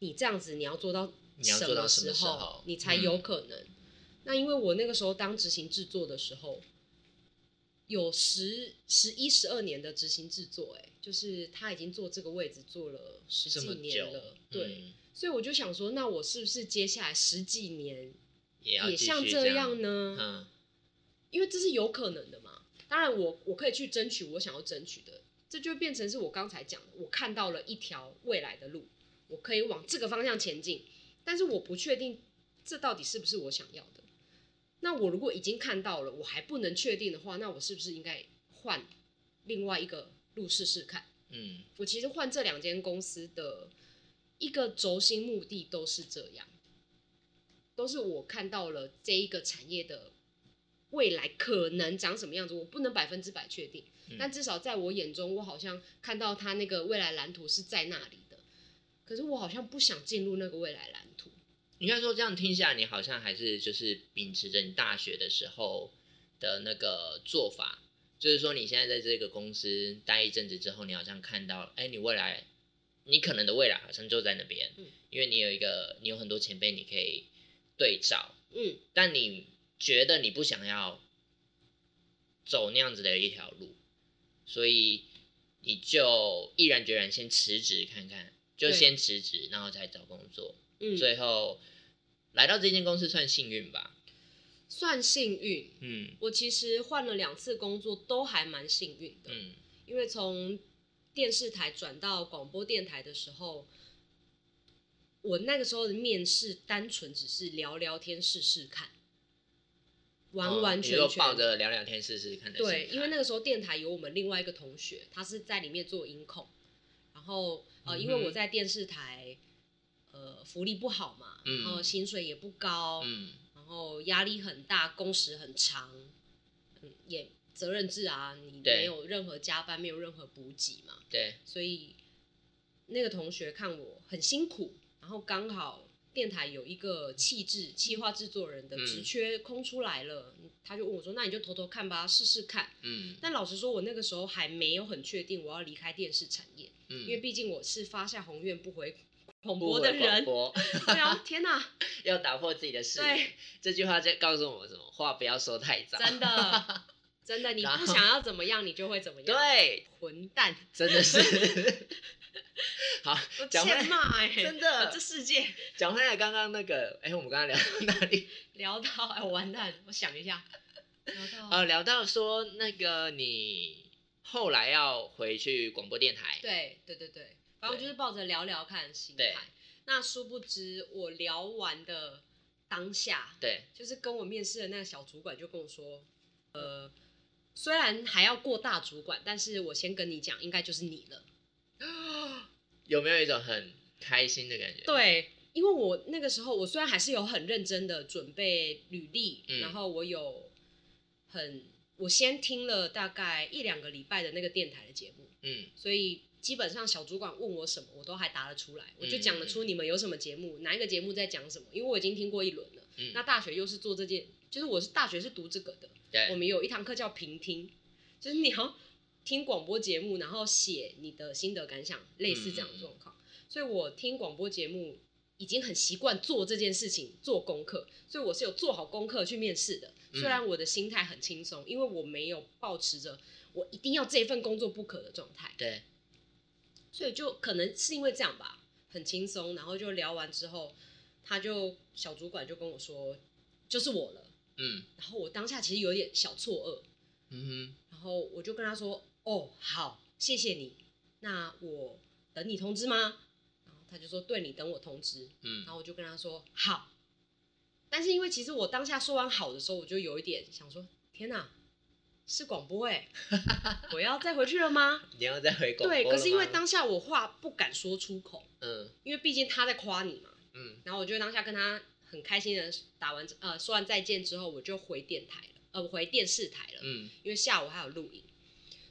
[SPEAKER 1] 你这样子你要做到
[SPEAKER 2] 你要做到什
[SPEAKER 1] 时
[SPEAKER 2] 么时
[SPEAKER 1] 候
[SPEAKER 2] 候，嗯
[SPEAKER 1] 你才有可能？那因为我那个时候当执行制作的时候，有十十一十二年的执行制作、欸，哎，就是他已经做这个位置做了十
[SPEAKER 2] 这
[SPEAKER 1] 几
[SPEAKER 2] 么
[SPEAKER 1] 年
[SPEAKER 2] 久
[SPEAKER 1] 了，对。
[SPEAKER 2] 嗯
[SPEAKER 1] 所以我就想说，那我是不是接下来十几年
[SPEAKER 2] 也要
[SPEAKER 1] 也
[SPEAKER 2] 继
[SPEAKER 1] 像
[SPEAKER 2] 续
[SPEAKER 1] 这
[SPEAKER 2] 样
[SPEAKER 1] 样呢？
[SPEAKER 2] 嗯
[SPEAKER 1] 因为这是有可能的嘛。当然我，我可以去争取我想要争取的，这就变成是我刚才讲的，我看到了一条未来的路，我可以往这个方向前进，但是我不确定这到底是不是我想要的。那我如果已经看到了，我还不能确定的话，那我是不是应该换另外一个路试试看？
[SPEAKER 2] 嗯
[SPEAKER 1] 我其实换这两间公司的一个轴心目的都是这样，都是我看到了这一个产业的未来可能长什么样子，我不能百分之百确定，
[SPEAKER 2] 嗯
[SPEAKER 1] 但至少在我眼中，我好像看到它那个未来蓝图是在那里的。可是我好像不想进入那个未来蓝图。
[SPEAKER 2] 应该说这样听下来，你好像还是就是秉持着你大学的时候的那个做法，就是说你现在在这个公司待一阵子之后，你好像看到，哎、你未来，你可能的未来好像就在那边，
[SPEAKER 1] 嗯
[SPEAKER 2] 因为你有一个，你有很多前辈你可以对照，
[SPEAKER 1] 嗯，
[SPEAKER 2] 但你觉得你不想要走那样子的一条路，所以你就毅然决然先辞职看看，就
[SPEAKER 1] 对
[SPEAKER 2] 先辞职，然后再找工作。
[SPEAKER 1] 嗯，
[SPEAKER 2] 最后来到这间公司算幸运吧。
[SPEAKER 1] 算幸运。
[SPEAKER 2] 嗯
[SPEAKER 1] 我其实换了两次工作，都还蛮幸运的。
[SPEAKER 2] 嗯
[SPEAKER 1] 因为从电视台转到广播电台的时候，我那个时候的面试单纯只是聊聊天试试看，完完全
[SPEAKER 2] 哦你就
[SPEAKER 1] 全、
[SPEAKER 2] 抱着聊聊天试试看的心态。
[SPEAKER 1] 对，因为那个时候电台有我们另外一个同学，他是在里面做音控，然后呃，因
[SPEAKER 2] 嗯
[SPEAKER 1] 为
[SPEAKER 2] 哼
[SPEAKER 1] 我在电视台。呃，福利不好嘛，
[SPEAKER 2] 嗯
[SPEAKER 1] 然后薪水也不高，
[SPEAKER 2] 嗯
[SPEAKER 1] 然后压力很大，工时很长，嗯，也责任制啊，你
[SPEAKER 2] 对
[SPEAKER 1] 没有任何加班，没有任何补给嘛，
[SPEAKER 2] 对
[SPEAKER 1] 所以那个同学看我很辛苦，然后刚好电台有一个气质企划制作人的职
[SPEAKER 2] 嗯
[SPEAKER 1] 缺空出来了，他就问我说：“那你就投投看吧，试试看。
[SPEAKER 2] 嗯”
[SPEAKER 1] 但老实说，我那个时候还没有很确定我要离开电视产业，因为
[SPEAKER 2] 嗯，
[SPEAKER 1] 毕竟我是发下宏愿不回广
[SPEAKER 2] 不
[SPEAKER 1] 播
[SPEAKER 2] 回
[SPEAKER 1] 的
[SPEAKER 2] 广
[SPEAKER 1] 人。
[SPEAKER 2] 播
[SPEAKER 1] 对啊，天 哪，
[SPEAKER 2] 要打破自己的视野
[SPEAKER 1] 对。
[SPEAKER 2] 这句话在告诉我们什么？话不要说太早。
[SPEAKER 1] 真的， 真的，你
[SPEAKER 2] 然
[SPEAKER 1] 不
[SPEAKER 2] 后
[SPEAKER 1] 想要怎么样，你就会怎么样。，
[SPEAKER 2] 对，
[SPEAKER 1] 混蛋，
[SPEAKER 2] 真的 是。 好
[SPEAKER 1] 我，
[SPEAKER 2] 讲回
[SPEAKER 1] 欠
[SPEAKER 2] 来，
[SPEAKER 1] 骂哎、
[SPEAKER 2] 真 的
[SPEAKER 1] 这世界
[SPEAKER 2] 讲回来，刚刚那个，哎、我们刚刚聊到哪里？
[SPEAKER 1] 聊到哎、我完蛋，我想一下，聊到、
[SPEAKER 2] 呃，聊到说那个你后来要回去广播电台。
[SPEAKER 1] 对对对对，反正我就是抱着聊聊看的心
[SPEAKER 2] 对
[SPEAKER 1] 态。那殊不知，我聊完的当下，
[SPEAKER 2] 对，
[SPEAKER 1] 就是跟我面试的那个小主管就跟我说，呃，虽然还要过大主管，但是我先跟你讲，应该就是你了。
[SPEAKER 2] 有没有一种很开心的感觉？，
[SPEAKER 1] 对，因为我那个时候，我虽然还是有很认真的准备履历，
[SPEAKER 2] 嗯
[SPEAKER 1] 然后我有很，我先听了大概一两个礼拜的那个电台的节目，
[SPEAKER 2] 嗯
[SPEAKER 1] 所以基本上小主管问我什么，我都还答得出来，我就
[SPEAKER 2] 嗯
[SPEAKER 1] 讲得出你们有什么节目，哪一个节目在讲什么，因为我已经听过一轮了。
[SPEAKER 2] 嗯，
[SPEAKER 1] 那大学又是做这件，就是我是大学是读这个的，我
[SPEAKER 2] 对，
[SPEAKER 1] 们有一堂课叫评听，就是你要听广播节目，然后写你的心得感想，类似这样的状况。所以我听广播节目已经很习惯做这件事情，做功课，所以我是有做好功课去面试的。
[SPEAKER 2] 嗯
[SPEAKER 1] 虽然我的心态很轻松，因为我没有抱持着我一定要这份工作不可的状态，
[SPEAKER 2] 对，
[SPEAKER 1] 所以就可能是因为这样吧，很轻松。然后就聊完之后，他就小主管就跟我说，就是我了。
[SPEAKER 2] 嗯
[SPEAKER 1] 然后我当下其实有点小错愕，
[SPEAKER 2] 嗯
[SPEAKER 1] 然后我就跟他说：“哦，好，谢谢你。那我等你通知吗？”然后他就说：“对，你等我通知。”
[SPEAKER 2] 哼嗯
[SPEAKER 1] 然后我就跟他说：“好。”但是因为其实我当下说完好的时候，我就有一点想说：“天哪，是广播哎、我要再回去了吗
[SPEAKER 2] 你要再回？” 广播
[SPEAKER 1] 对，
[SPEAKER 2] 了
[SPEAKER 1] 可是因为
[SPEAKER 2] 吗
[SPEAKER 1] 当下我话不敢说出口，
[SPEAKER 2] 嗯
[SPEAKER 1] 因为毕竟他在夸你嘛。
[SPEAKER 2] 嗯
[SPEAKER 1] 然后我就当下跟他很开心的打完呃说完再见之后，我就回电台了，呃，我回电视台了。
[SPEAKER 2] 嗯
[SPEAKER 1] 因为下午还有录影。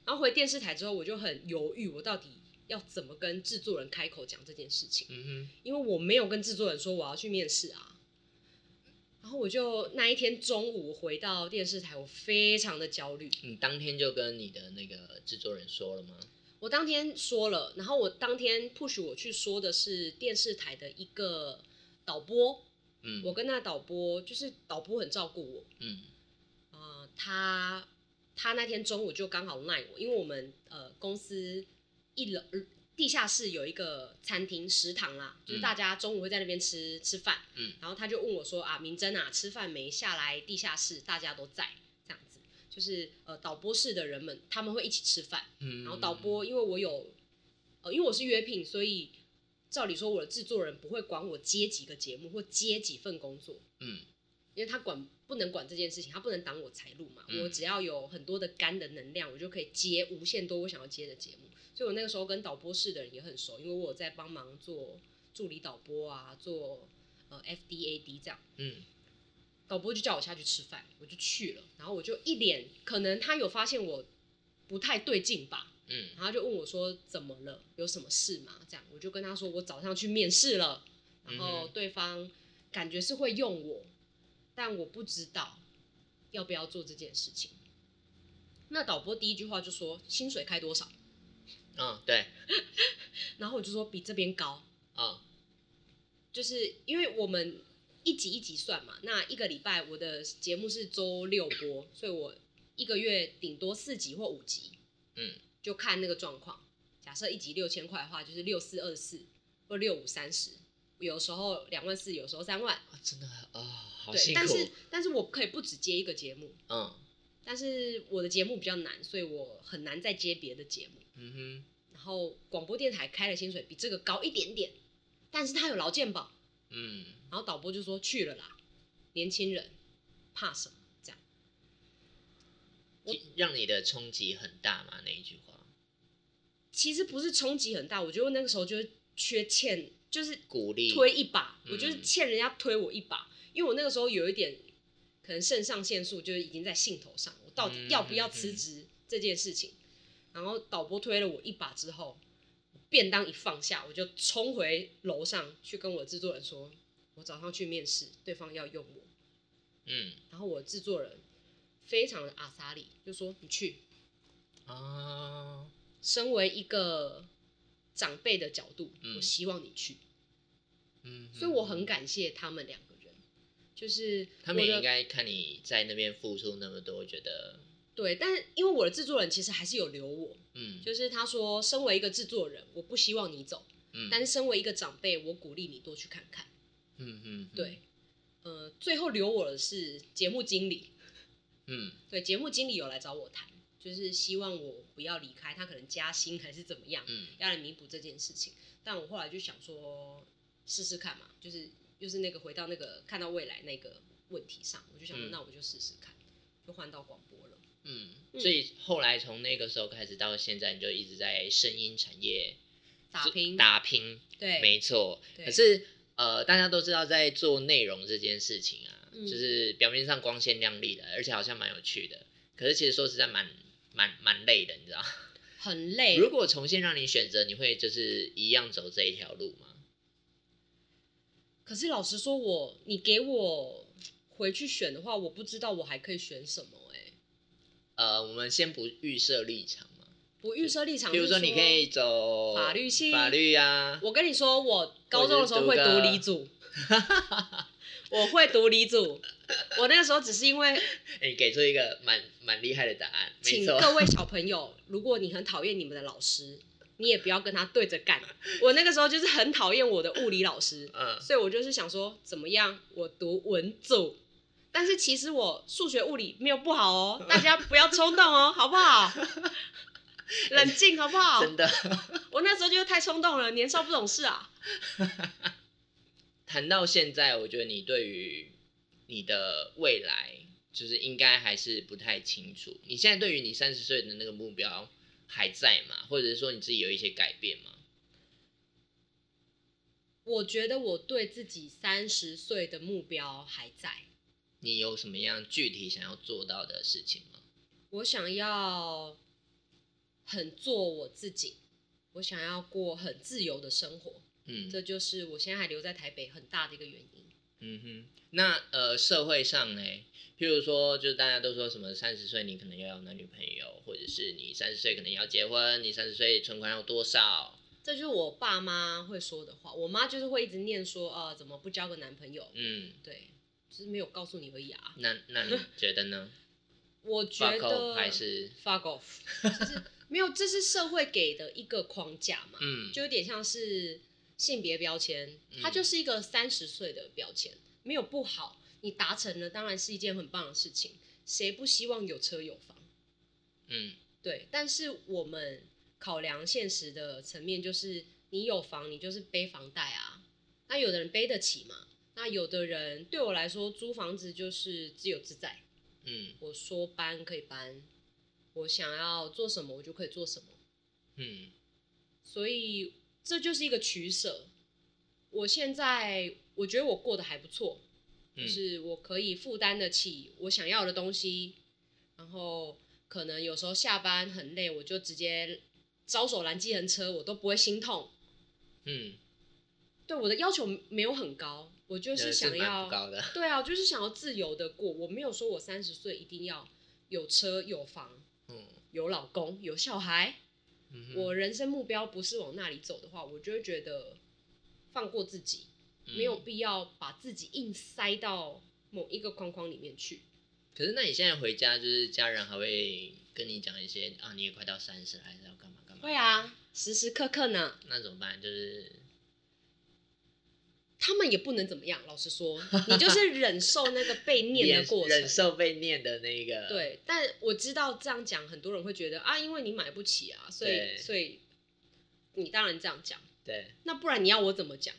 [SPEAKER 1] 然后回电视台之后，我就很犹豫，我到底要怎么跟制作人开口讲这件事情，
[SPEAKER 2] 嗯
[SPEAKER 1] 因为我没有跟制作人说我要去面试啊。然后我就那一天中午回到电视台，我非常的焦虑。
[SPEAKER 2] 哼，你当天就跟你的那个制作人说了吗？
[SPEAKER 1] 我当天说了，然后我当天 push 我去说的是电视台的一个导播，
[SPEAKER 2] 嗯，
[SPEAKER 1] 我跟那导播就是导播很照顾我，
[SPEAKER 2] 嗯
[SPEAKER 1] 呃，他他那天中午就刚好赖我，因为我们呃公司一楼呃地下室有一个餐厅食堂啦，就是大家中午会在那边吃吃饭，
[SPEAKER 2] 嗯
[SPEAKER 1] 然后他就问我说啊，明真啊，吃饭没下来地下室，大家都在这样子，就是呃导播室的人们他们会一起吃饭，
[SPEAKER 2] 嗯，
[SPEAKER 1] 然后导播因为我有呃因为我是约聘，所以照理说我的制作人不会管我接几个节目或接几份工作，
[SPEAKER 2] 嗯
[SPEAKER 1] 因为他管不能管这件事情，他不能挡我财路嘛。
[SPEAKER 2] 嗯
[SPEAKER 1] 我只要有很多的肝的能量，我就可以接无限多我想要接的节目。所以我那个时候跟导播室的人也很熟，因为我有在帮忙做助理导播啊，做呃 FDAD 这样。
[SPEAKER 2] 嗯
[SPEAKER 1] 导播就叫我下去吃饭，我就去了，然后我就一脸可能他有发现我不太对劲吧，
[SPEAKER 2] 嗯
[SPEAKER 1] 然后他就问我说怎么了，有什么事吗？这样我就跟他说我早上去面试了，然后
[SPEAKER 2] 嗯哼
[SPEAKER 1] 对方感觉是会用我，但我不知道要不要做这件事情。那导播第一句话就说薪水开多少，
[SPEAKER 2] 嗯，对，
[SPEAKER 1] 然后我就说比这边高，
[SPEAKER 2] 嗯
[SPEAKER 1] 就是因为我们一集一集算嘛，那一个礼拜我的节目是周六播，所以我一个月顶多四集或五集，
[SPEAKER 2] 嗯
[SPEAKER 1] 就看那个状况。假设一集六千块的话，就是六四二四或六五三十，有时候两万四，有时候三万。
[SPEAKER 2] 啊，真的啊、好
[SPEAKER 1] 对，
[SPEAKER 2] 辛
[SPEAKER 1] 但
[SPEAKER 2] 苦，
[SPEAKER 1] 是但是我可以不只接一个节目，
[SPEAKER 2] 嗯
[SPEAKER 1] 但是我的节目比较难，所以我很难再接别的节目。
[SPEAKER 2] 嗯
[SPEAKER 1] 然后广播电台开的薪水比这个高一点点，但是它有劳健保，
[SPEAKER 2] 哼，嗯
[SPEAKER 1] 然后导播就说去了啦，年轻人怕什么？这样，我
[SPEAKER 2] 其让你的冲击很大嘛那一句话，
[SPEAKER 1] 其实不是冲击很大，我觉得我那个时候就是缺欠，就是
[SPEAKER 2] 鼓励，
[SPEAKER 1] 推一把，
[SPEAKER 2] 嗯
[SPEAKER 1] 我就是欠人家推我一把，因为我那个时候有一点可能肾上腺素就是已经在兴头上，我到底
[SPEAKER 2] 嗯
[SPEAKER 1] 要不要辞职这件事情，然后导播推了我一把之后，便当一放下，我就冲回楼上去跟我制作人说，我早上去面试，对方要用我，
[SPEAKER 2] 嗯
[SPEAKER 1] 然后我制作人非常的阿萨里，就说你去。
[SPEAKER 2] 啊，
[SPEAKER 1] 身为一个长辈的角度，
[SPEAKER 2] 嗯
[SPEAKER 1] 我希望你去，
[SPEAKER 2] 嗯哼，
[SPEAKER 1] 所以我很感谢他们两个人，就是
[SPEAKER 2] 他们
[SPEAKER 1] 我
[SPEAKER 2] 也
[SPEAKER 1] 的
[SPEAKER 2] 应该看你在那边付出那么多，觉得
[SPEAKER 1] 对，但是因为我的制作人其实还是有留我，
[SPEAKER 2] 嗯
[SPEAKER 1] 就是他说，身为一个制作人，我不希望你走，
[SPEAKER 2] 嗯，
[SPEAKER 1] 但是身为一个长辈，我鼓励你多去看看。
[SPEAKER 2] 嗯嗯
[SPEAKER 1] 对，呃，最后留我的是节目经理，
[SPEAKER 2] 嗯
[SPEAKER 1] 对，节目经理有来找我谈，就是希望我不要离开，他可能加薪还是怎么样，
[SPEAKER 2] 嗯
[SPEAKER 1] 要来弥补这件事情。但我后来就想说，试试看嘛，就是就是那个回到那个看到未来那个问题上，我就想说，
[SPEAKER 2] 嗯
[SPEAKER 1] 那我就试试看，就换到广播了。
[SPEAKER 2] 嗯
[SPEAKER 1] 嗯
[SPEAKER 2] 嗯，所以后来从那个时候开始到现在，你就一直在声音产业
[SPEAKER 1] 打拼，
[SPEAKER 2] 打拼，
[SPEAKER 1] 对，
[SPEAKER 2] 没错。
[SPEAKER 1] 对
[SPEAKER 2] 可是呃，大家都知道在做内容这件事情啊，
[SPEAKER 1] 嗯
[SPEAKER 2] 就是表面上光鲜亮丽的，而且好像蛮有趣的，可是其实说实在蛮蛮蛮累的，你知道吗？
[SPEAKER 1] 很累。
[SPEAKER 2] 如果重新让你选择，你会就是一样走这一条路吗？
[SPEAKER 1] 可是老实说我，你给我回去选的话，我不知道我还可以选什么、欸。
[SPEAKER 2] 呃，我们先不预设立场嘛，
[SPEAKER 1] 我预设立场，
[SPEAKER 2] 比如
[SPEAKER 1] 说
[SPEAKER 2] 说你可以，走
[SPEAKER 1] 法律系
[SPEAKER 2] 法律啊，
[SPEAKER 1] 我跟你说，我高中的时候会读理 组，我会读理组。我那个时候只是因为
[SPEAKER 2] 哎你给出一个蛮蛮厉害的答案，没
[SPEAKER 1] 请
[SPEAKER 2] 错，
[SPEAKER 1] 各位小朋友，如果你很讨厌你们的老师，你也不要跟他对着干。我那个时候就是很讨厌我的物理老师，
[SPEAKER 2] 嗯
[SPEAKER 1] 所以我就是想说，怎么样，我读文组。但是其实我数学、物理没有不好哦，大家不要冲动哦，好不 好？冷静好不好？
[SPEAKER 2] 真的。
[SPEAKER 1] 我那时候就是太冲动了，年少不懂事啊。
[SPEAKER 2] 谈到现在，我觉得你对于你的未来，就是应该还是不太清楚。你现在对于你三十岁的那个目标还在吗？或者是说你自己有一些改变吗？
[SPEAKER 1] 我觉得我对自己三十岁的目标还在，
[SPEAKER 2] 你有什么样具体想要做到的事情吗？
[SPEAKER 1] 我想要很做我自己，我想要过很自由的生活，
[SPEAKER 2] 嗯
[SPEAKER 1] 这就是我现在还留在台北很大的一个原因。
[SPEAKER 2] 嗯哼，那呃，社会上呢，譬如说，就是大家都说什么三十岁你可能要有男女朋友，或者是你三十岁可能要结婚，你三十岁存款要多少？
[SPEAKER 1] 这就是我爸妈会说的话，我妈就是会一直念说，呃，怎么不交个男朋友？
[SPEAKER 2] 嗯，
[SPEAKER 1] 对，就是没有告诉你而已啊。
[SPEAKER 2] 那那你觉得呢？
[SPEAKER 1] 我 觉
[SPEAKER 2] 挂扣
[SPEAKER 1] 得
[SPEAKER 2] 还是
[SPEAKER 1] fuck off，就是没有，这是社会给的一个框架嘛。
[SPEAKER 2] 嗯
[SPEAKER 1] 就有点像是性别标签，它
[SPEAKER 2] 嗯
[SPEAKER 1] 就是一个三十岁的标签，没有不好。你达成了，当然是一件很棒的事情，谁不希望有车有房？
[SPEAKER 2] 嗯
[SPEAKER 1] 对，但是我们考量现实的层面就是，你有房，你就是背房贷啊。那有的人背得起嘛？那有的人对我来说，租房子就是自由自在，
[SPEAKER 2] 嗯
[SPEAKER 1] 我说搬可以搬，我想要做什么我就可以做什么。
[SPEAKER 2] 嗯
[SPEAKER 1] 所以这就是一个取舍。我现在我觉得我过得还不错，就
[SPEAKER 2] 嗯
[SPEAKER 1] 是我可以负担得起我想要的东西，然后可能有时候下班很累，我就直接招手拦计程车，我都不会心痛。
[SPEAKER 2] 嗯，
[SPEAKER 1] 对我的要求没有很高，我就
[SPEAKER 2] 真的
[SPEAKER 1] 是
[SPEAKER 2] 呃
[SPEAKER 1] 想
[SPEAKER 2] 是蛮
[SPEAKER 1] 要
[SPEAKER 2] 不高的。
[SPEAKER 1] 对啊，我就是想要自由的过。我没有说我三十岁一定要有车有房
[SPEAKER 2] 嗯
[SPEAKER 1] 有老公有小孩。
[SPEAKER 2] 嗯哼，
[SPEAKER 1] 我人生目标不是往那里走的话，我就会觉得放过自己，
[SPEAKER 2] 嗯
[SPEAKER 1] 没有。必要把自己硬塞到某一个框框里面去。
[SPEAKER 2] 可是那你现在回家，就是家人还会跟你讲一些啊，你也快到三十了，还是要干嘛干嘛？
[SPEAKER 1] 会啊，时时刻刻呢，
[SPEAKER 2] 那怎么办？就是
[SPEAKER 1] 他们也不能怎么样。老实说，你就是忍受那个 被念的过
[SPEAKER 2] 忍
[SPEAKER 1] 程。
[SPEAKER 2] 受被念的那个。，
[SPEAKER 1] 对，但我知道这样讲，很多人会觉得啊，因为你买不起啊，所
[SPEAKER 2] 对
[SPEAKER 1] 以所以你当然这样讲。
[SPEAKER 2] 对，
[SPEAKER 1] 那不然你要我怎么 讲？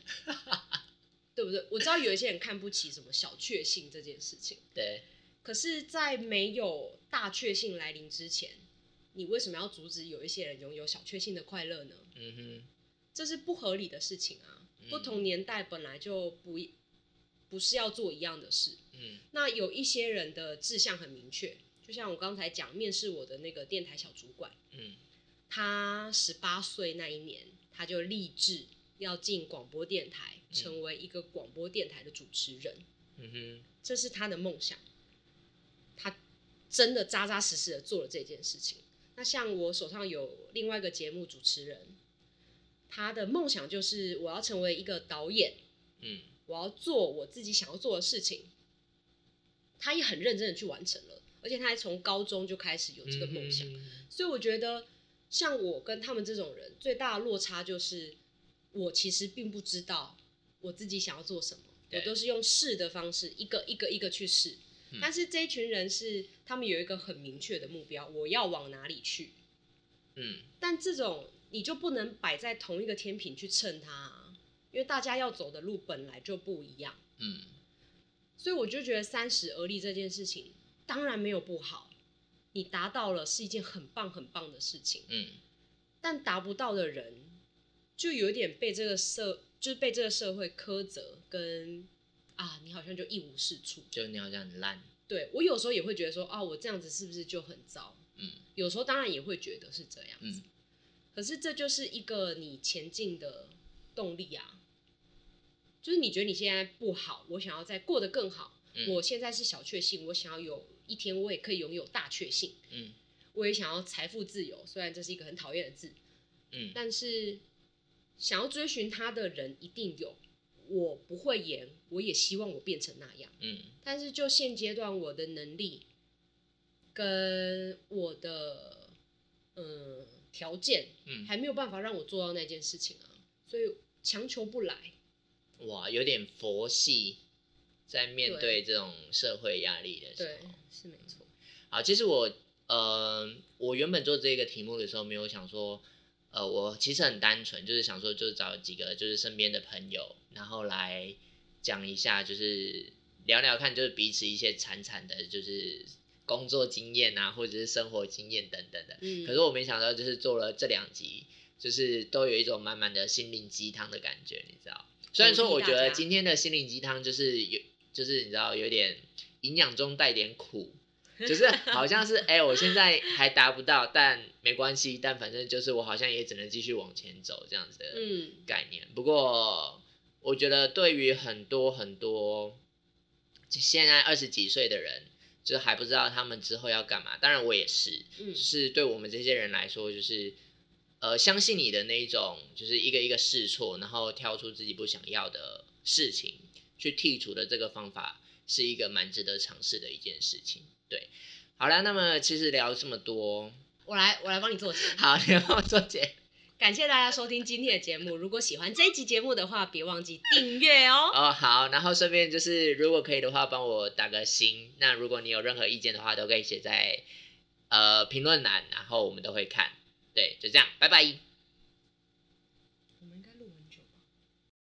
[SPEAKER 1] 对不对？我知道有一些人看不起什么小确幸这件事情，
[SPEAKER 2] 对，
[SPEAKER 1] 可是，在没有大确幸来临之前，你为什么要阻止有一些人拥有小确幸的快乐呢？
[SPEAKER 2] 嗯哼，
[SPEAKER 1] 这是不合理的事情啊！
[SPEAKER 2] 嗯
[SPEAKER 1] 不同年代本来就不一不是要做一样的事。
[SPEAKER 2] 嗯
[SPEAKER 1] 那有一些人的志向很明确，就像我刚才讲面试我的那个电台小主管，
[SPEAKER 2] 嗯
[SPEAKER 1] 他十八岁那一年，他就立志要进广播电台，
[SPEAKER 2] 嗯
[SPEAKER 1] 成为一个广播电台的主持人，
[SPEAKER 2] 嗯哼，
[SPEAKER 1] 这是他的梦想。他真的扎扎实实的做了这件事情。那像我手上有另外一个节目主持人，他的梦想就是我要成为一个导演，
[SPEAKER 2] 嗯
[SPEAKER 1] 我要做我自己想要做的事情。他也很认真的去完成了，而且他还从高中就开始有这个梦想。
[SPEAKER 2] 嗯哼
[SPEAKER 1] 所以我觉得，像我跟他们这种人，最大的落差就是，我其实并不知道我自己想要做什么，
[SPEAKER 2] 对
[SPEAKER 1] 我都是用试的方式，一个一个一个去试。
[SPEAKER 2] 嗯
[SPEAKER 1] 但是这一群人是他们有一个很明确的目标，我要往哪里去。
[SPEAKER 2] 嗯
[SPEAKER 1] 但这种你就不能摆在同一个天平去称它、啊，因为大家要走的路本来就不一样。
[SPEAKER 2] 嗯
[SPEAKER 1] 所以我就觉得三十而立这件事情，当然没有不好，你达到了是一件很棒很棒的事情。
[SPEAKER 2] 嗯
[SPEAKER 1] 但达不到的人，就有点被这个社，就是被这个社会苛责跟啊，你好像就一无是处。
[SPEAKER 2] 就你好像很烂，
[SPEAKER 1] 对我有时候也会觉得说，啊，我这样子是不是就很糟？
[SPEAKER 2] 嗯
[SPEAKER 1] 有时候当然也会觉得是这样子，
[SPEAKER 2] 嗯
[SPEAKER 1] 可是这就是一个你前进的动力啊。就是你觉得你现在不好，我想要再过得更好。
[SPEAKER 2] 嗯
[SPEAKER 1] 我现在是小确幸，我想要有一天我也可以拥有大确幸，
[SPEAKER 2] 嗯
[SPEAKER 1] 我也想要财富自由。虽然这是一个很讨厌的字，
[SPEAKER 2] 嗯
[SPEAKER 1] 但是想要追寻他的人一定有。我不会演，我也希望我变成那样。
[SPEAKER 2] 嗯
[SPEAKER 1] 但是就现阶段我的能力跟我的嗯条件
[SPEAKER 2] 嗯，
[SPEAKER 1] 还没有办法让我做到那件事情啊，所以强求不来。
[SPEAKER 2] 哇，有点佛系，在面对
[SPEAKER 1] 对
[SPEAKER 2] 这种社会压力的时
[SPEAKER 1] 对
[SPEAKER 2] 候。，
[SPEAKER 1] 是没错。
[SPEAKER 2] 好，啊其实我呃，我原本做这个题目的时候，没有想说，呃，我其实很单纯，就是想说，就是找几个就是身边的朋友，然后来讲一下，就是聊聊看，就是彼此一些惨惨的，就是工作经验啊，或者是生活经验等等的。
[SPEAKER 1] 嗯，
[SPEAKER 2] 可是我没想到，就是做了这两集，就是都有一种满满的心灵鸡汤的感觉，你知道？虽然说我觉
[SPEAKER 1] 鼓励
[SPEAKER 2] 得
[SPEAKER 1] 大家
[SPEAKER 2] 今天的心灵鸡汤就是有，就是你知道有点营养中带点苦， 就是好像是哎、我现在还达不到，但没关系，但反正就是我好像也只能继续往前走这样子的
[SPEAKER 1] 嗯
[SPEAKER 2] 概念。不过我觉得对于很多很多就现在二十几岁的人，就是还不知道他们之后要干嘛，当然我也是，
[SPEAKER 1] 嗯
[SPEAKER 2] 就，是对我们这些人来说，就是呃，相信你的那一种，就是一个一个试错，然后挑出自己不想要的事情去剔除的这个方法，是一个蛮值得尝试的一件事情。对，好啦，那么其实聊这么多，
[SPEAKER 1] 我来我来帮你做题。
[SPEAKER 2] 好，你帮我做结
[SPEAKER 1] 感谢大家收听今天的节目。如果喜欢这一集节目的话，别忘记订阅哦。
[SPEAKER 2] 哦，好，然后顺便就是如果可以的话，帮我打个星。那如果你有任何意见的话，都可以写在呃评论栏，然后我们都会看。对，就这样，拜拜。